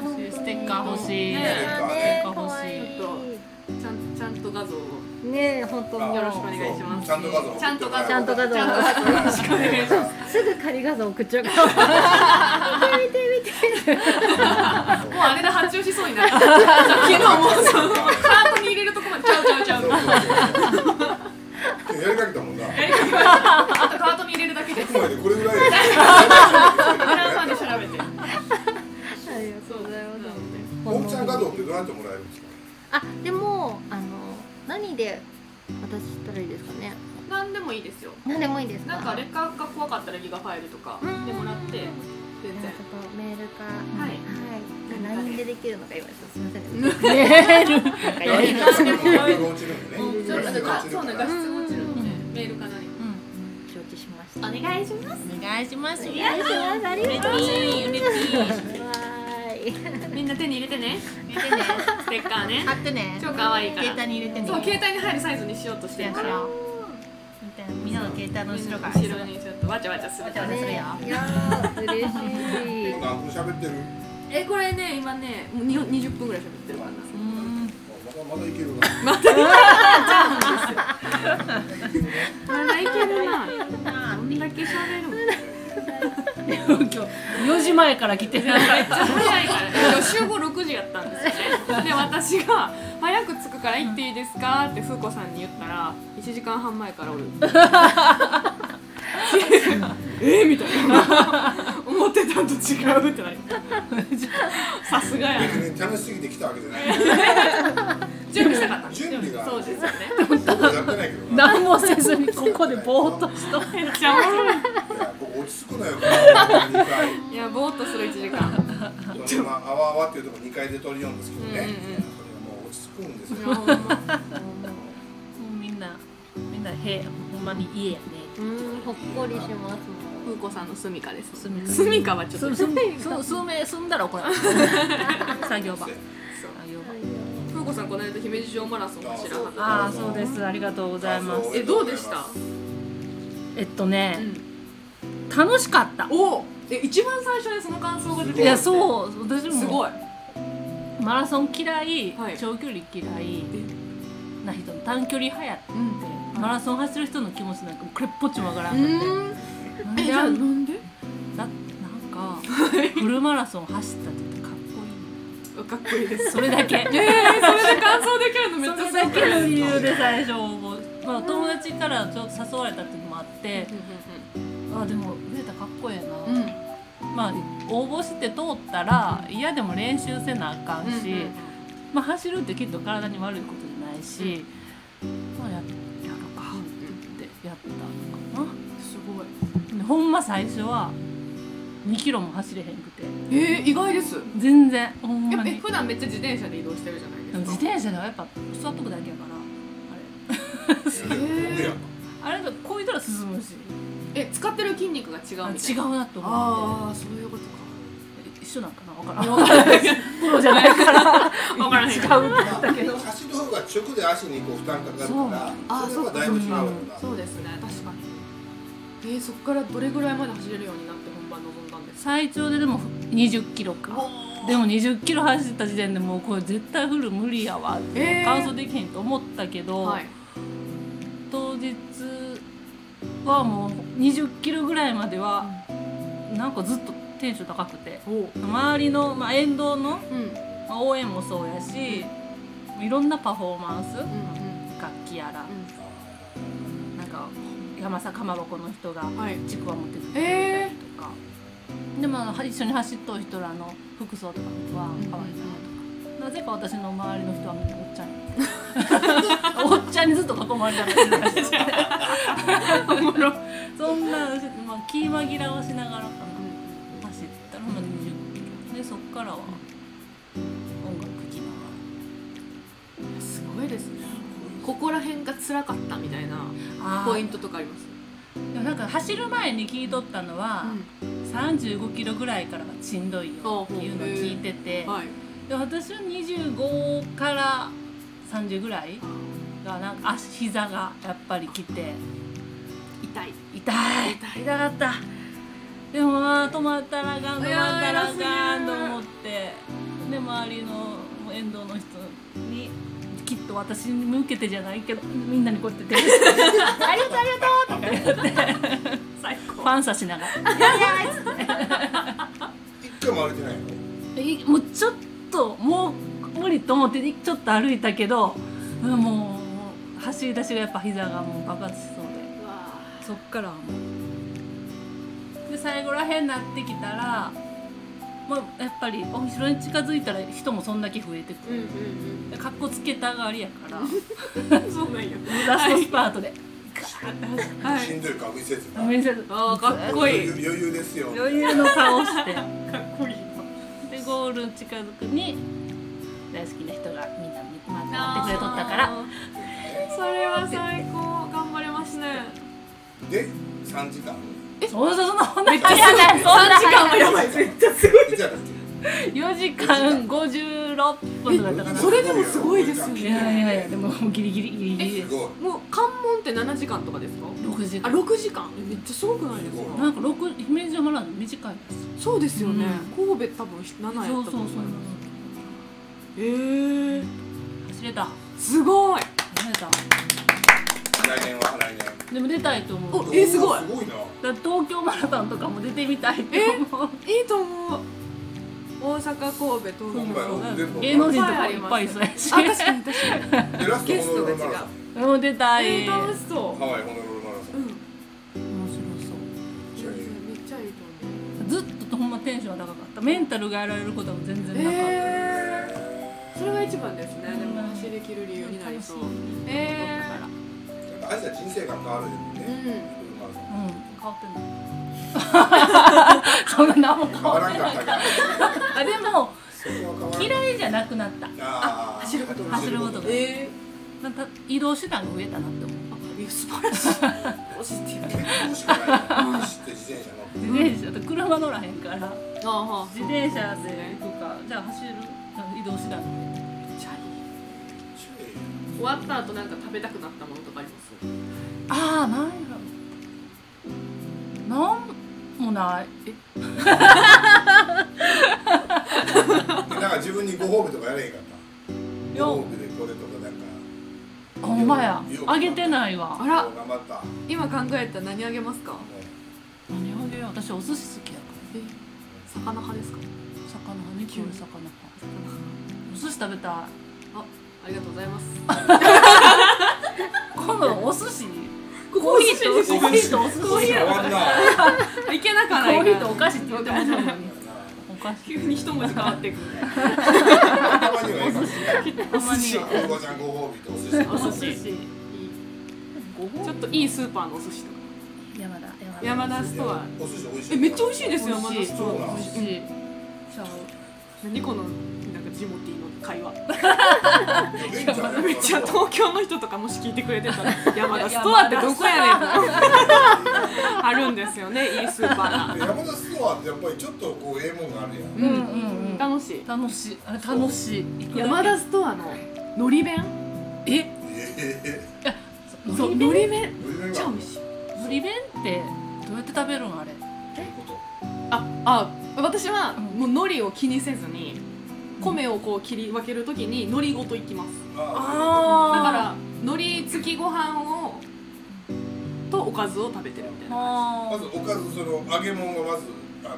Speaker 1: そうそうそう
Speaker 3: ね。
Speaker 2: そうそうステッカー欲しい
Speaker 1: ね
Speaker 4: ステッカーねかわいい
Speaker 3: ちゃんちゃんと画像を
Speaker 4: ねえ本当に
Speaker 3: よろしくお願いします
Speaker 1: ちゃんと画像。
Speaker 3: ちゃんと画像
Speaker 4: ちゃんと画像
Speaker 3: ちゃんとよろしくお願いします。
Speaker 4: すぐ仮画像送っちゃう から
Speaker 3: もうあれで発注しそうになった。昨日もうそのカートに入れるとこまでちゃうちゃうちゃう。
Speaker 1: やりかけたもんな。
Speaker 3: やりかけましたあとカートに入れるだけです。
Speaker 1: ここまでこれぐらい。
Speaker 3: 裏まで調べて。
Speaker 4: ありがとうございます
Speaker 1: もんちゃん画像ってどうやってもらえるんですか。
Speaker 4: あでもあの何で私したらいいですかね
Speaker 3: なんでもいいですよ。
Speaker 4: 何でもいいですか
Speaker 3: なんか劣化が怖かったらギガファイルとかでもらって全
Speaker 4: じゃあ
Speaker 3: 然
Speaker 4: ちょっとメールか
Speaker 3: は
Speaker 4: はいい LINE でできるのか今ちょっとすみませ
Speaker 3: メ
Speaker 4: んなんか
Speaker 3: うんちょっとなんかそうなんか質問するのでメールか何か
Speaker 4: 承知しました
Speaker 3: お願いします。
Speaker 2: お願いしますよ
Speaker 4: お願いしますありがとうございますわーい
Speaker 3: みんな手に入れてね。
Speaker 2: 見てね
Speaker 3: ステッカーね。
Speaker 2: 貼ってね
Speaker 3: 超可愛いから。
Speaker 2: 携帯に入れてね
Speaker 3: そう携帯に入るサイズにしようとしてるから。
Speaker 2: みたいなみんなの携帯の後ろから
Speaker 3: 後ろにちょっとわちゃわちゃするから
Speaker 2: わちゃわちゃするよ
Speaker 4: いやー嬉しい
Speaker 1: 何分喋ってる。
Speaker 3: えこれね今ねもうに20分ぐらい喋ってるからな。
Speaker 2: うん
Speaker 1: まだまだいけるな。
Speaker 3: まだいけるな。どんだけ喋るの。
Speaker 2: 今日4時前から来てる
Speaker 3: 早いから。今日集合6時やったんですよね。で私が早く着くから行っていいですかって風子さんに言ったら1時間半前からおる。えみたいな。思ってたんと違うってなり。さすがやな。
Speaker 1: 別に楽しすぎて来たわけじゃない。
Speaker 3: 準備したかったんです。
Speaker 1: 準備が
Speaker 3: そうですよね。
Speaker 1: やってないけど。い
Speaker 2: 何もせずにここでぼーっとしと
Speaker 3: めっちゃおもろい。
Speaker 1: や僕落ち着くのよ。二回。
Speaker 3: いや、ぼーっとする1時間。
Speaker 1: まああわあわっていうとこ二回で撮りようんですけどね。
Speaker 3: うんうん
Speaker 1: それがもう落ち着くんですよ。
Speaker 2: みんなみんな部屋ほんまに家やね
Speaker 4: うんほっこりします
Speaker 3: 風子さんの住みかです。
Speaker 2: 住みか
Speaker 3: 住みかはちょっと
Speaker 2: す。すすすめ住んだら怒られる作業場作業場
Speaker 3: 風子さんこの間姫路城マラソン走らはった
Speaker 2: ああそうですありがとうございま
Speaker 1: あ
Speaker 2: す
Speaker 1: そ
Speaker 3: えどうでした、
Speaker 2: えっと
Speaker 3: う
Speaker 2: ね
Speaker 3: ん、
Speaker 2: 楽しかった
Speaker 3: おえ一番最初にその感想が出て
Speaker 2: いや
Speaker 3: う
Speaker 2: そう私
Speaker 3: す
Speaker 2: も
Speaker 3: ごい
Speaker 2: マラソン嫌い
Speaker 3: はい
Speaker 2: 長距離嫌いな人短距離派やって
Speaker 3: うん
Speaker 2: マラソン走る人の気持ちなんかこれっぽっちもわからん
Speaker 3: う
Speaker 2: くて
Speaker 3: ん
Speaker 2: なん
Speaker 3: え
Speaker 2: で
Speaker 3: じゃあなんで
Speaker 2: だなん かフルマラソン走ったってかっこい
Speaker 3: かっこいいです
Speaker 2: いそれだけ
Speaker 3: えー、それで感想できるのめっ
Speaker 2: そ
Speaker 3: ちゃす
Speaker 2: れ
Speaker 3: ごい
Speaker 2: だけの理由で最初応募、まあ、友達からちょっと誘われた時もあってあでも上田かっこええ
Speaker 3: うんうん
Speaker 2: な、まあ応募して通ったら嫌でも練習せなあかんし、まあ、走るってきっと体に悪いことじゃないし、まあ、ややろうかって言ってやったのか
Speaker 3: すごい
Speaker 2: なでほんま最初は2キロも走れへんくて
Speaker 3: えー、意外です
Speaker 2: 全然ほん
Speaker 3: やっ
Speaker 2: ま
Speaker 3: ぱえ
Speaker 2: に
Speaker 3: 普段めっちゃ自転車で移動してるじゃない
Speaker 2: でも
Speaker 3: です
Speaker 2: 自
Speaker 3: か
Speaker 2: 転車ではやっぱ座っとくだけやからあれあれだこういうたら進むし
Speaker 3: え使ってる筋肉が違うみたいな
Speaker 2: 違うなと思っ
Speaker 3: ああそういうことか
Speaker 2: て一緒なんかな分からんプロじゃないから
Speaker 3: わからない
Speaker 2: 違う
Speaker 1: だけど走る方が直で足にこう負担かかるから、それはだいぶ違うよな。
Speaker 3: そうですね確かにえー、そこからどれぐらいまで走れるようになって本番臨んだんですか
Speaker 2: 最長ででも20キロかでも20キロ走った時点でもうこれ絶対フル無理やわって、
Speaker 3: えー
Speaker 2: 完走できへんと思ったけど、
Speaker 3: はい
Speaker 2: 当日はもう20キロぐらいまではなんかずっとテンション高くて
Speaker 3: おう
Speaker 2: 周りの、まあ、沿道の
Speaker 3: うん
Speaker 2: まあ応援もそうやしいろんなパフォーマンス
Speaker 3: うん
Speaker 2: 楽器やら
Speaker 3: うん
Speaker 2: なんか山さかまぼこの人が
Speaker 3: うんはい
Speaker 2: ちくわ持ってくれた
Speaker 3: え
Speaker 2: りとか、でもあの一緒に走っとる人らの服装とかは可愛いなとか、なぜか私の周りの人はみんな おっちゃんおっちゃんにずっと囲まれ た感じがしておもろそんな、まあ、気紛らわしながらかな走ったらまあ20キロでそっからは音楽聴きながら。
Speaker 3: すごいですねここら辺が辛かったみたいな
Speaker 2: あー
Speaker 3: ポイントとかあります
Speaker 2: でもなんか走る前に聞いとったのは、35キロぐらいからがしんどいよっていうのを聞いてて、
Speaker 3: はい
Speaker 2: で私は25から30ぐらいがなんか足膝がやっぱりきて
Speaker 3: 痛い
Speaker 2: 痛い痛かったでもまあ止まったらあかん止まったらあかんと思ってで周りの沿道の人にきっと私に向けてじゃないけどみんなにこうやって手で ありがとうありがとう」って言って
Speaker 3: 最
Speaker 2: フ
Speaker 3: 高
Speaker 2: ァン差しながら。
Speaker 1: 一回も歩いてないの
Speaker 2: えもうちょっともう無理と思ってちょっと歩いたけどうんもう走り出しがやっぱ膝がもう爆発しそうでそっからはもうで最後らへんになってきたらもうやっぱりお後ろに近づいたら人もそんだけ増えてく
Speaker 3: うんうん
Speaker 2: る、でかっこつけたがりやから
Speaker 3: うんそうなんや
Speaker 2: ラストスパートで
Speaker 3: はい
Speaker 1: しんどい顔見せず
Speaker 2: お店で
Speaker 3: あーかっこいい
Speaker 1: 余裕余裕ですよ
Speaker 2: 余裕の顔してかっこいいでゴール近づくに大好きな人がみんな待ってくれとったから
Speaker 3: それは最高頑張れますね
Speaker 1: で3時間
Speaker 2: そうそうそんなそんな早ないそんな早ない
Speaker 3: やばい
Speaker 1: いつやったっ
Speaker 2: 4時間56分とかだったか
Speaker 1: け
Speaker 2: な
Speaker 3: それでもすごいですよね
Speaker 2: いやいやいやでもギリギリギリギリ
Speaker 1: す
Speaker 2: で
Speaker 1: ご
Speaker 2: す
Speaker 1: い
Speaker 3: もう関門って7時間とかですか
Speaker 2: 6時
Speaker 3: あ
Speaker 2: 間
Speaker 3: 6時間めっちゃすごくないですか
Speaker 2: なんか六姫路マラソン短いです
Speaker 3: そうですよね、神戸多分7やったと
Speaker 2: そう
Speaker 3: 思
Speaker 2: そうそ
Speaker 3: い
Speaker 2: う
Speaker 3: ますえー、
Speaker 2: 走れた
Speaker 3: すごい
Speaker 2: 走れ
Speaker 1: 来年は来年
Speaker 2: たでも出たいと思う
Speaker 3: おえすごい
Speaker 1: すごいな
Speaker 2: だから東京マラソンとかも出てみたいって思う
Speaker 3: いいと思う大阪神戸東京
Speaker 1: 今回は全部
Speaker 2: 芸能人とかもいっぱいそうやし
Speaker 3: あ確かに確かに
Speaker 1: でラスト
Speaker 3: ゲス
Speaker 1: ホノ
Speaker 3: ト
Speaker 1: ル
Speaker 3: が
Speaker 1: ル
Speaker 3: 違う
Speaker 1: マラソン
Speaker 2: もう出た
Speaker 3: え
Speaker 2: い
Speaker 3: ー、楽しそ
Speaker 1: ハワイホノルルマラソン
Speaker 3: ううん
Speaker 2: 面白そう
Speaker 3: めっちゃいいと思
Speaker 2: ずっとほんまテンションが高かったメンタルがやられることも全
Speaker 3: う
Speaker 2: 然なかった、
Speaker 3: えー、それが一番ですねでも走り切る理由になりそうえー、
Speaker 1: あいつは人生観変わるよ
Speaker 3: う
Speaker 1: ね
Speaker 3: ん
Speaker 1: ホノルルマラソン
Speaker 2: うん変わってない そんな何も変
Speaker 1: 変
Speaker 2: わ
Speaker 1: わ
Speaker 2: っ
Speaker 1: らん
Speaker 2: てない
Speaker 1: かったから
Speaker 2: あでも
Speaker 1: そこは変わらん
Speaker 2: 嫌いじゃなくなった
Speaker 1: あー
Speaker 3: 走ることが
Speaker 2: 走ることが
Speaker 3: え
Speaker 2: また移動手段が増えたなって思う
Speaker 3: ー、いや素晴らしいポジティブ
Speaker 1: 結構しかない走って自転車乗って
Speaker 2: 自転車だと車乗らへんから
Speaker 3: ああはあ
Speaker 2: 自転車で行くかじゃあ走る移動手段
Speaker 3: チャリ
Speaker 1: 注意
Speaker 3: 終わった後なんか食べたくなったものとかあります
Speaker 2: ああなんやろなんもない
Speaker 1: なんか自分にご褒美とかやれへんかった。ご
Speaker 2: よ
Speaker 1: 褒美でこれとかなんか。
Speaker 2: あほんまやあげてないわ
Speaker 3: あら
Speaker 1: 頑張った。ね
Speaker 3: 今考えたら何あげますか
Speaker 2: 何あげよう私お寿司好きやか
Speaker 3: え魚派ですから
Speaker 2: 魚派ね急に魚派お寿司食べたい
Speaker 3: ありがとうござい ます
Speaker 2: 今度お寿司コーヒーと
Speaker 3: お
Speaker 2: お
Speaker 3: 寿司
Speaker 2: コーヒーとお寿司
Speaker 1: 変わんな。
Speaker 3: いけなく
Speaker 2: コ
Speaker 3: はない
Speaker 2: ーヒーとお菓子って言ってましたもんねお菓子
Speaker 3: 急に一文字変わっていく
Speaker 1: たまにはええかもしれない。
Speaker 2: たま には
Speaker 1: おばちゃんご褒美とお寿司。
Speaker 3: お寿司
Speaker 2: お寿司ご褒美
Speaker 3: ちょっといいスーパーのお寿司とか
Speaker 2: 山田山田
Speaker 3: 山田ストア
Speaker 1: お寿司美味しい。
Speaker 3: えめっちゃ美味しい
Speaker 1: い。
Speaker 3: ですよ山田スト
Speaker 1: 美
Speaker 3: ア
Speaker 1: 味しい
Speaker 2: 美味しいちゃう
Speaker 3: 何このなんかジモティーの会 話
Speaker 1: めっちゃ
Speaker 3: めっちゃ
Speaker 1: 遠い。
Speaker 3: 東京の人とかもし聞いてくれてた ら山田ストアってどこやねん あるんですよねいいスーパーが
Speaker 1: 山田ストアってやっぱりちょっとこうええもんがあるやん。
Speaker 3: うん
Speaker 2: うんうんうん
Speaker 3: 楽しい
Speaker 2: 楽しいあれ楽しい行くだけ
Speaker 3: 山田ストアののり弁
Speaker 2: え
Speaker 1: ええ
Speaker 2: そ
Speaker 3: そう
Speaker 2: う
Speaker 3: のり弁
Speaker 1: ええ。
Speaker 3: めっちゃ美味しい
Speaker 2: のり弁ってどうやって食べるのあれ
Speaker 3: ああ私はもう海苔を気にせずに米をこう切り分けるときに海苔ごといきます
Speaker 1: あ
Speaker 3: だか
Speaker 2: あ
Speaker 3: ら海苔付きご飯をとおかずを食べてるみたいな
Speaker 1: あ。
Speaker 2: あ
Speaker 1: まずおかずその揚げ物がまずあの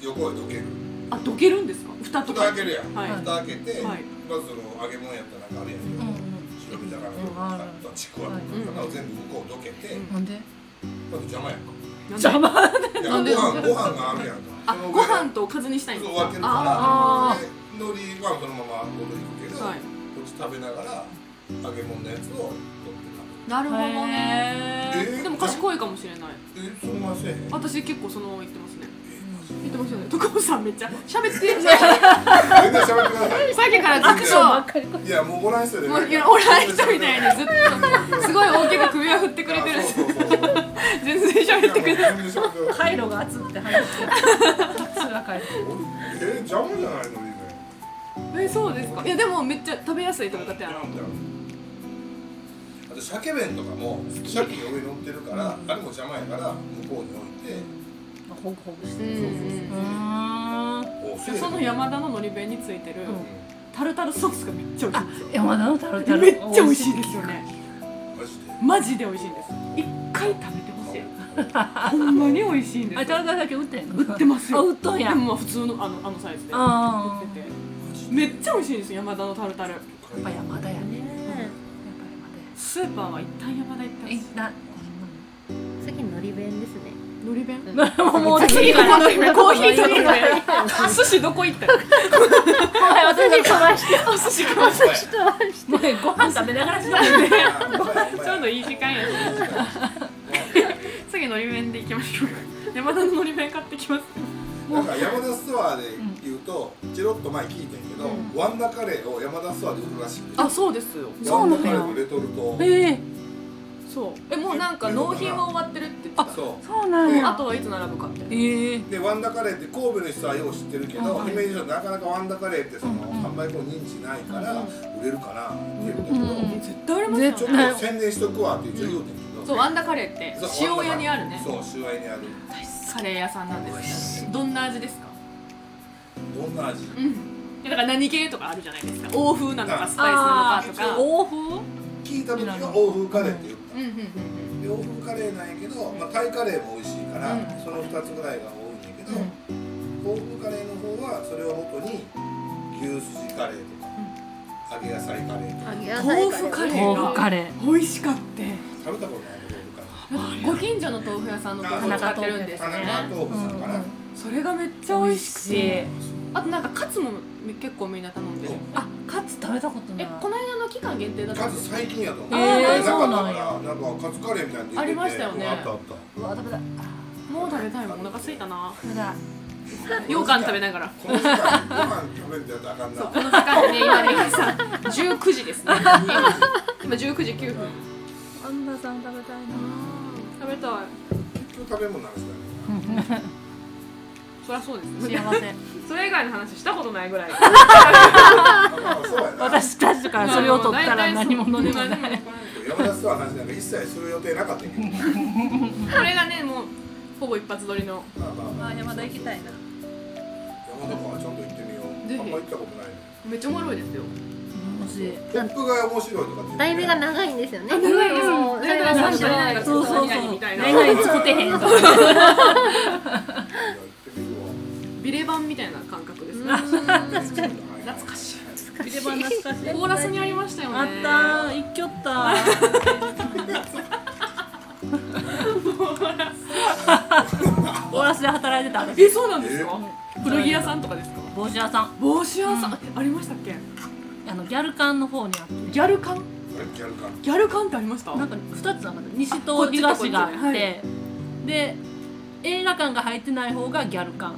Speaker 1: 横へどける。
Speaker 3: あどけるんですか蓋と
Speaker 1: 蓋
Speaker 3: か
Speaker 1: 開けるやん。
Speaker 3: はい
Speaker 1: 蓋開けて
Speaker 3: はい
Speaker 1: まずその揚げ物やったらなんかあるや。
Speaker 2: うんうんん
Speaker 1: 白身魚とかちくわとか全部向こうどけて。
Speaker 2: なんで
Speaker 1: まず邪魔やんか。
Speaker 2: 邪魔
Speaker 1: いや
Speaker 3: なんで
Speaker 1: ご飯ご飯があるやんか
Speaker 3: あ
Speaker 1: その上
Speaker 3: ご飯とおかずにしたいん
Speaker 1: そ
Speaker 3: で
Speaker 1: う
Speaker 3: す
Speaker 1: 分
Speaker 3: か
Speaker 1: ける
Speaker 3: あ
Speaker 1: からで海苔はそのまま戻り行くけ
Speaker 3: ー
Speaker 1: ど、
Speaker 3: は
Speaker 1: こっち食べながら揚げ物のやつを取って
Speaker 3: いなるほどね
Speaker 1: へー
Speaker 3: でも賢いかもしれない
Speaker 1: 食べるえそんなせえへん
Speaker 3: 私結構その言ってますね
Speaker 1: えマジ
Speaker 3: 言ってますよね徳本さんめっちゃ喋って
Speaker 1: 全然喋ってください
Speaker 3: さっきからずっ
Speaker 1: い
Speaker 3: と
Speaker 1: やもうご覧人で
Speaker 3: もういやおらん人みたいにずっとすごい大きく首を振ってくれてる
Speaker 1: あそうそうそうそう
Speaker 3: 全然喋ってくれない
Speaker 1: やもう全然喋ってください
Speaker 2: 回路が熱くて話してるそれは回路
Speaker 1: え邪魔じゃないのにね
Speaker 3: えそうですかいやでもめっちゃ食べやすいとかだってあの
Speaker 1: あと鮭弁とかも鮭の上に乗ってるからあれも邪魔やから向こうに置いて
Speaker 2: ホクホクし
Speaker 3: う
Speaker 2: て
Speaker 3: ん
Speaker 2: る
Speaker 3: うん
Speaker 2: うーん
Speaker 1: おせえ
Speaker 3: その山田ののり弁についてる
Speaker 1: うん
Speaker 3: タルタルソースがめっちゃ美味し
Speaker 2: 山田のタルタ
Speaker 3: い
Speaker 2: ル
Speaker 3: めっちゃ美味しいですよね
Speaker 1: マジで
Speaker 3: マジで美味しいんです一回食べてほしいほんまに美味しいんです
Speaker 2: あ、タルタルだけ売ってんの
Speaker 3: 売ってますよ
Speaker 2: あ売っとんや
Speaker 3: でもまあ普通のあのあのサイズで売
Speaker 2: あ
Speaker 3: ってて
Speaker 1: マジで
Speaker 3: めっちゃ美味しいんですよ山田のタルタル
Speaker 2: あやっぱ山田やね
Speaker 4: ね
Speaker 3: スーパーは一旦山田行ったん
Speaker 2: い
Speaker 3: です
Speaker 2: な
Speaker 4: 次のり弁ですね
Speaker 3: のり弁
Speaker 2: もう
Speaker 3: 次
Speaker 2: 次
Speaker 3: ど
Speaker 2: は
Speaker 3: このり弁コーヒーとのり弁寿司どこ行ったの
Speaker 4: 私飛ばして
Speaker 3: あ寿司か
Speaker 1: ち
Speaker 2: もうご飯食べながらしな
Speaker 3: ちょうどいい時間やし 次のり弁で行きましょうか山田ののり弁買ってきます
Speaker 1: なんか山田ストアで言うと、チロッと前聞いてんけど、ワンダカレーを山田ストアで売るらしくて、
Speaker 3: あそうですよ
Speaker 2: そうな
Speaker 1: ワ
Speaker 2: ん
Speaker 1: ンダ
Speaker 2: だよ
Speaker 1: カレーとレトルト、
Speaker 2: ええ
Speaker 3: そうえもうなんか納品は終わってるって言ってた
Speaker 1: そ
Speaker 2: そうな
Speaker 1: うん
Speaker 3: あとはいつ並ぶかみたいな
Speaker 2: ええ
Speaker 1: うでワンダカレーって神戸の人はよう知ってるけど、
Speaker 3: はい
Speaker 1: 姫路城なかなかワンダカレーってその、販売後認知ないから、売れるかなって言うんだけど、
Speaker 3: 絶対売れますよね
Speaker 1: ちょっと宣伝しとくわって一応言うてんけど、
Speaker 3: そうワンダカレーって
Speaker 1: そう
Speaker 3: 塩屋にあるね
Speaker 1: そう塩屋にある
Speaker 3: カレー屋さんなんですどんな味ですか
Speaker 1: どんな味、
Speaker 3: うんいやだから何系とかあるじゃないですか欧風なのかスパイスなのかとか
Speaker 2: 欧風
Speaker 1: 聞いた時は欧風カレーって言った、
Speaker 3: うんうんうんうん
Speaker 1: で欧風カレーなんやけど、まあ、タイカレーも美味しいから、
Speaker 3: うん
Speaker 1: その2つぐらいが多いんだけど、オーブカレーの方はそれを元に牛すじカレーとか、揚げ野菜カレーとか
Speaker 3: 豆腐カレー
Speaker 2: 豆腐カ
Speaker 3: が
Speaker 2: レ
Speaker 3: 美味しかった
Speaker 1: 食べたことないの豆腐カ
Speaker 3: ご近所の豆腐屋さんの豆腐を使ってるんです
Speaker 1: レー
Speaker 3: ね
Speaker 1: 田中豆腐さんかな、
Speaker 3: それがめっち
Speaker 2: ー
Speaker 3: ゃ美味しくて
Speaker 1: そ
Speaker 3: あとなんかカツも結構みんな頼んでる
Speaker 2: あ、カツ食べたことない
Speaker 3: えこの間の期間限定だ
Speaker 1: う
Speaker 3: った
Speaker 1: カ
Speaker 3: んで
Speaker 1: ツ
Speaker 3: す
Speaker 1: 最近やと思う、
Speaker 2: へ
Speaker 1: な
Speaker 2: ー
Speaker 1: か
Speaker 2: そう
Speaker 1: った
Speaker 2: な
Speaker 1: か
Speaker 2: んや
Speaker 1: らなんかカツカレーみたいなの出てて
Speaker 3: ありましたよね
Speaker 1: あったあった
Speaker 2: うわ、食べた
Speaker 3: もう食べたいもんお腹空いたな
Speaker 2: 食べた
Speaker 3: 羊羹食べな がら
Speaker 1: この時間にご飯食べるんじゃあかんな
Speaker 3: この時間ね今皆さん19時ですね今19時9分
Speaker 2: アンダさん食べたいな
Speaker 3: 食べたい
Speaker 1: 結局食べ物なんですかね
Speaker 3: そりゃそうですね
Speaker 2: 幸せ
Speaker 3: それ以外の話したことないぐらい
Speaker 1: あまあそうやな
Speaker 2: 私たちからそれを取ったら何者でもない
Speaker 3: い
Speaker 1: 山田ストアの話なんか一切する予定なかったけど
Speaker 3: これがねもうほぼ一発撮りの
Speaker 1: まあまあまあ
Speaker 4: 山田行きたいな
Speaker 1: 山田はちゃんと行ってみよう
Speaker 3: ぜひ
Speaker 1: あんま行ったことないね
Speaker 3: めっちゃおもろいですよ
Speaker 2: もし
Speaker 1: ポップが面白いとかっていうね
Speaker 4: 題名が長いんですよね
Speaker 3: 長いです
Speaker 4: そう
Speaker 3: 題名が
Speaker 4: 長い
Speaker 3: 三種類ないから
Speaker 2: そうそうそう
Speaker 3: 何々みたいな
Speaker 2: 恋愛作ってへんと
Speaker 1: いや行ってみるわ
Speaker 3: ビレ版みたいな感覚ですね
Speaker 1: 確かに
Speaker 3: 懐かしい
Speaker 2: 見れば懐かしい
Speaker 3: コーラスにありましたよね
Speaker 2: あったー行きよったー オーラスで働いてた
Speaker 3: えそうなんですか
Speaker 1: え
Speaker 3: 古着屋さんとかですか
Speaker 2: 帽子屋さん
Speaker 3: 帽子屋さん、ありましたっけ
Speaker 2: あのギャル館の方にあって
Speaker 3: ギャル缶
Speaker 1: ギャルか
Speaker 3: ギャル缶ってありました
Speaker 2: なんか2つなんか西と東があ
Speaker 3: あ
Speaker 2: って
Speaker 3: こっちとこっちね
Speaker 2: で映画館が入ってない方がギャル館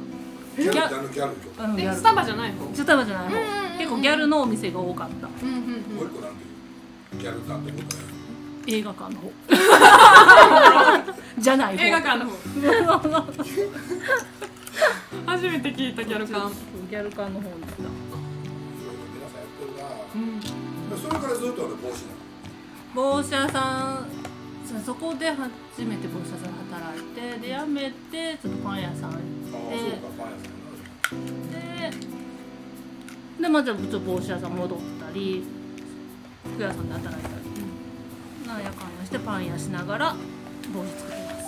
Speaker 1: ギャルギャルギャルと
Speaker 2: うんギ
Speaker 3: え
Speaker 2: ャル
Speaker 3: スタバじゃない方
Speaker 2: スタバじゃない方結構ギャルのお店が多かった
Speaker 3: うんうん
Speaker 1: もう一個なんていうギャルかってこと
Speaker 2: 映画館の 方じゃない方
Speaker 3: 映画館の方 初めて聞いたギャル缶
Speaker 2: ギャル館の方に行った
Speaker 1: 皆さんやってるなそれからずっと俺帽子
Speaker 2: 帽子屋さんそうそこで初めて帽子屋さんで働いてで辞めてちょっとパン屋さ
Speaker 1: な
Speaker 2: ん行
Speaker 1: のああそうかパン屋さん
Speaker 2: ってでまたちょっと帽子屋さん戻ったり服屋さんで働いたりなんやかんやしてパン屋しながら帽子作ります、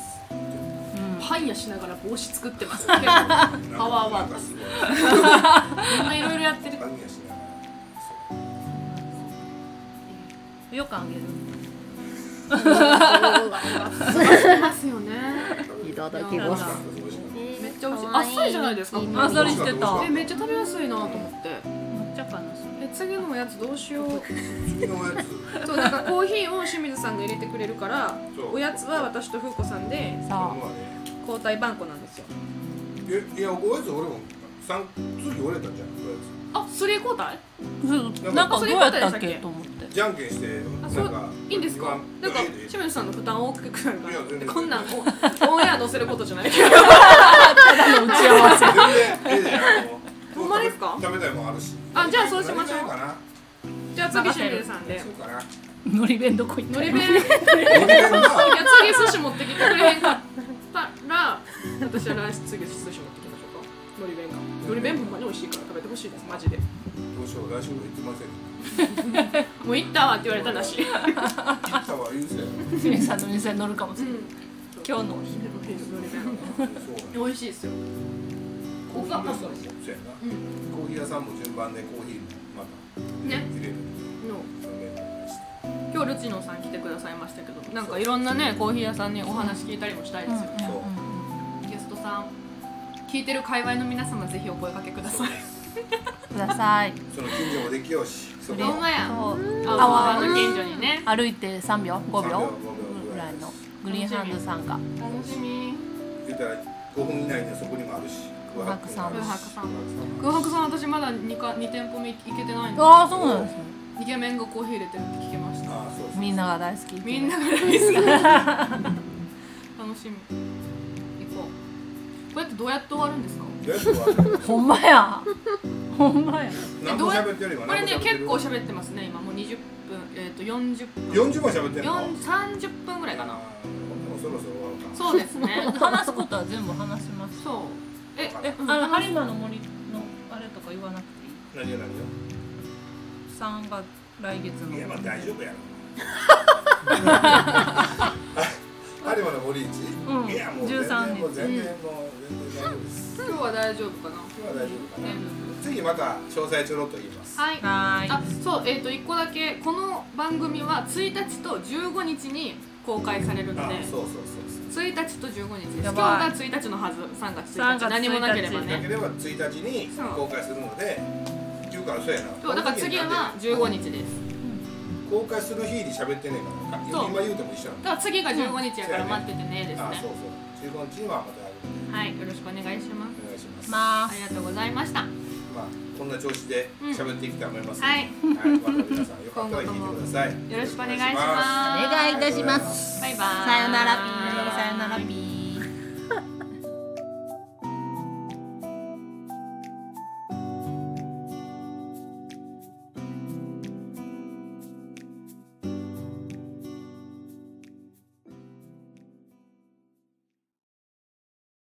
Speaker 3: パン屋しながら帽子作って ます結構
Speaker 1: な
Speaker 3: パワーワード
Speaker 1: ドすごい
Speaker 3: みんないろいろやってる
Speaker 1: 何やしながら
Speaker 2: うん、よくあげる
Speaker 3: ますよね
Speaker 1: そう
Speaker 5: ただ
Speaker 1: 美
Speaker 5: き
Speaker 1: 味
Speaker 5: ま
Speaker 1: し
Speaker 5: す
Speaker 1: かったです美味しかっ
Speaker 3: めっちゃ美味しいあっさりじゃないですか
Speaker 2: あっさりしてた
Speaker 3: えめっちゃ食べやすいなと思って
Speaker 6: 抹茶かなそ
Speaker 3: え次のおやつどうしよ う
Speaker 1: た次のおやつ
Speaker 3: そうなんかコーヒーを清水さんが入れてくれるから
Speaker 1: そう
Speaker 3: おやつは私と風子さんで
Speaker 2: さ
Speaker 1: まあね
Speaker 3: 交代番号なんですよ
Speaker 1: えいやおやつ俺も三次俺だったじゃんおや
Speaker 3: あそれ交代
Speaker 2: あなんかどうやったっけと思って
Speaker 1: つ じゃんけんしてなん
Speaker 3: あそう
Speaker 1: か
Speaker 3: いいんです
Speaker 1: 言わ
Speaker 3: か
Speaker 1: ん
Speaker 3: なんか
Speaker 1: いやいいよいいよ
Speaker 3: 清水さんの負担大きくなるか
Speaker 1: いや全
Speaker 3: ら
Speaker 1: 然
Speaker 3: こんなんをオンエア載せること じゃない
Speaker 2: 打ち合わ
Speaker 1: 全然ええであの
Speaker 3: ほんまですか
Speaker 1: 食べたいもんあるし
Speaker 3: あじゃあそうしましょう
Speaker 1: 何食べたいかな
Speaker 3: じゃあ次清水さんで
Speaker 1: そうかな
Speaker 2: せのり弁どこ行った
Speaker 3: のり弁いや
Speaker 1: ごめんな
Speaker 3: 次寿司持ってきてくれへんかったら私は来週次寿司持ってきましょうかのり弁がのり弁ほんまに美味しいから食べてほしいですマジで
Speaker 1: どうしよう、来週も行ってません。
Speaker 3: もう行ったわって言われたらし
Speaker 1: 行
Speaker 3: い
Speaker 1: ったわ、言うぜ。
Speaker 2: 清水さんの店に乗るかもしれない今日のお昼
Speaker 1: そう
Speaker 3: 美味しいですよ
Speaker 1: コーヒー屋さんも、そうやな。コーヒー屋さんも順番でコーヒーまた
Speaker 3: ね
Speaker 1: 入れる。
Speaker 3: の
Speaker 1: それで
Speaker 3: 今日ルチノさん来てくださいましたけどなんかいろんなねコーヒー屋さんにお話聞いたりもしたいですよね、
Speaker 1: そう
Speaker 3: ゲストさん聞いてる界隈の皆様ぜひお声かけください
Speaker 2: ください
Speaker 1: その近所もできようし、そこ
Speaker 3: ほんまや
Speaker 2: そう
Speaker 3: 青葉の近所にね
Speaker 2: 歩いて3秒5秒
Speaker 1: 5秒
Speaker 2: ぐらいのグリーンハンドさんが
Speaker 3: 楽しみ
Speaker 1: 言ったら5分以内にはそこにもあるし、
Speaker 3: 空白さん
Speaker 1: 空
Speaker 3: 空白さん私まだ 2, か2店舗目行けてないんで
Speaker 2: ああそうなんですね
Speaker 3: イケメンがコーヒー入れてるって聞きました
Speaker 1: あ、そうそう。
Speaker 2: みんなが大好き
Speaker 3: みんな
Speaker 2: が
Speaker 3: がラビス楽しみ行こうこれってどうやって終わるんですか
Speaker 1: どうやっては、
Speaker 2: ほんまやほんまや
Speaker 1: 何も喋ってるよりも
Speaker 3: これね結構喋ってますね今もう20分えっ、と40分
Speaker 1: 四十も喋ってるの。
Speaker 3: よん30分ぐらいか な
Speaker 1: もうそろそろ終わるか。
Speaker 3: そうですね
Speaker 2: 話すことは全部話します
Speaker 3: そうえ
Speaker 2: え
Speaker 3: え
Speaker 2: あの播磨の森のあれとか言わなくていい
Speaker 1: 何よ何よ。
Speaker 2: 3が来月の
Speaker 1: いやまあ大丈夫 やろあれまだ森一、
Speaker 2: うん
Speaker 1: いやもう全然
Speaker 2: 13年
Speaker 1: もう全然もう全然大丈夫です
Speaker 3: 今日は大丈夫かな
Speaker 1: 今は大丈夫かな次また詳細ちょろっと言います
Speaker 3: はい
Speaker 2: はーい
Speaker 3: あそうえっ、と1個だけこの番組は1日と15日に公開されるので
Speaker 1: あそうそうそう
Speaker 3: 1日と15日です今
Speaker 2: や
Speaker 3: 日
Speaker 2: ばい
Speaker 3: が1日のはず3月1
Speaker 2: 3
Speaker 3: 日
Speaker 2: 月1日
Speaker 3: 何もなければ
Speaker 1: そうなけ
Speaker 3: ね
Speaker 1: れば1日に
Speaker 3: そう
Speaker 1: 公開するので言うからそうやな
Speaker 3: そうだから次は15日です
Speaker 1: 公開する日に喋ってねえから
Speaker 3: そう
Speaker 1: 今言うても一緒
Speaker 3: だから次が15日やから
Speaker 1: うん
Speaker 3: 待っててねです
Speaker 1: なのあそう
Speaker 3: ね
Speaker 1: そう15日にはまた
Speaker 3: はいよろしくお願いします
Speaker 1: お願いしますま
Speaker 2: ま
Speaker 3: ありがとうございました
Speaker 1: あこんな調子で喋っていきたいと思いますので、
Speaker 3: はい
Speaker 1: はい、また皆さんよかったら聞いてください
Speaker 3: よろしく
Speaker 1: よろしく
Speaker 3: お願いし
Speaker 1: お願いします
Speaker 3: ます
Speaker 5: お願いいたします
Speaker 3: バイバイ
Speaker 5: さよならピーさよならピー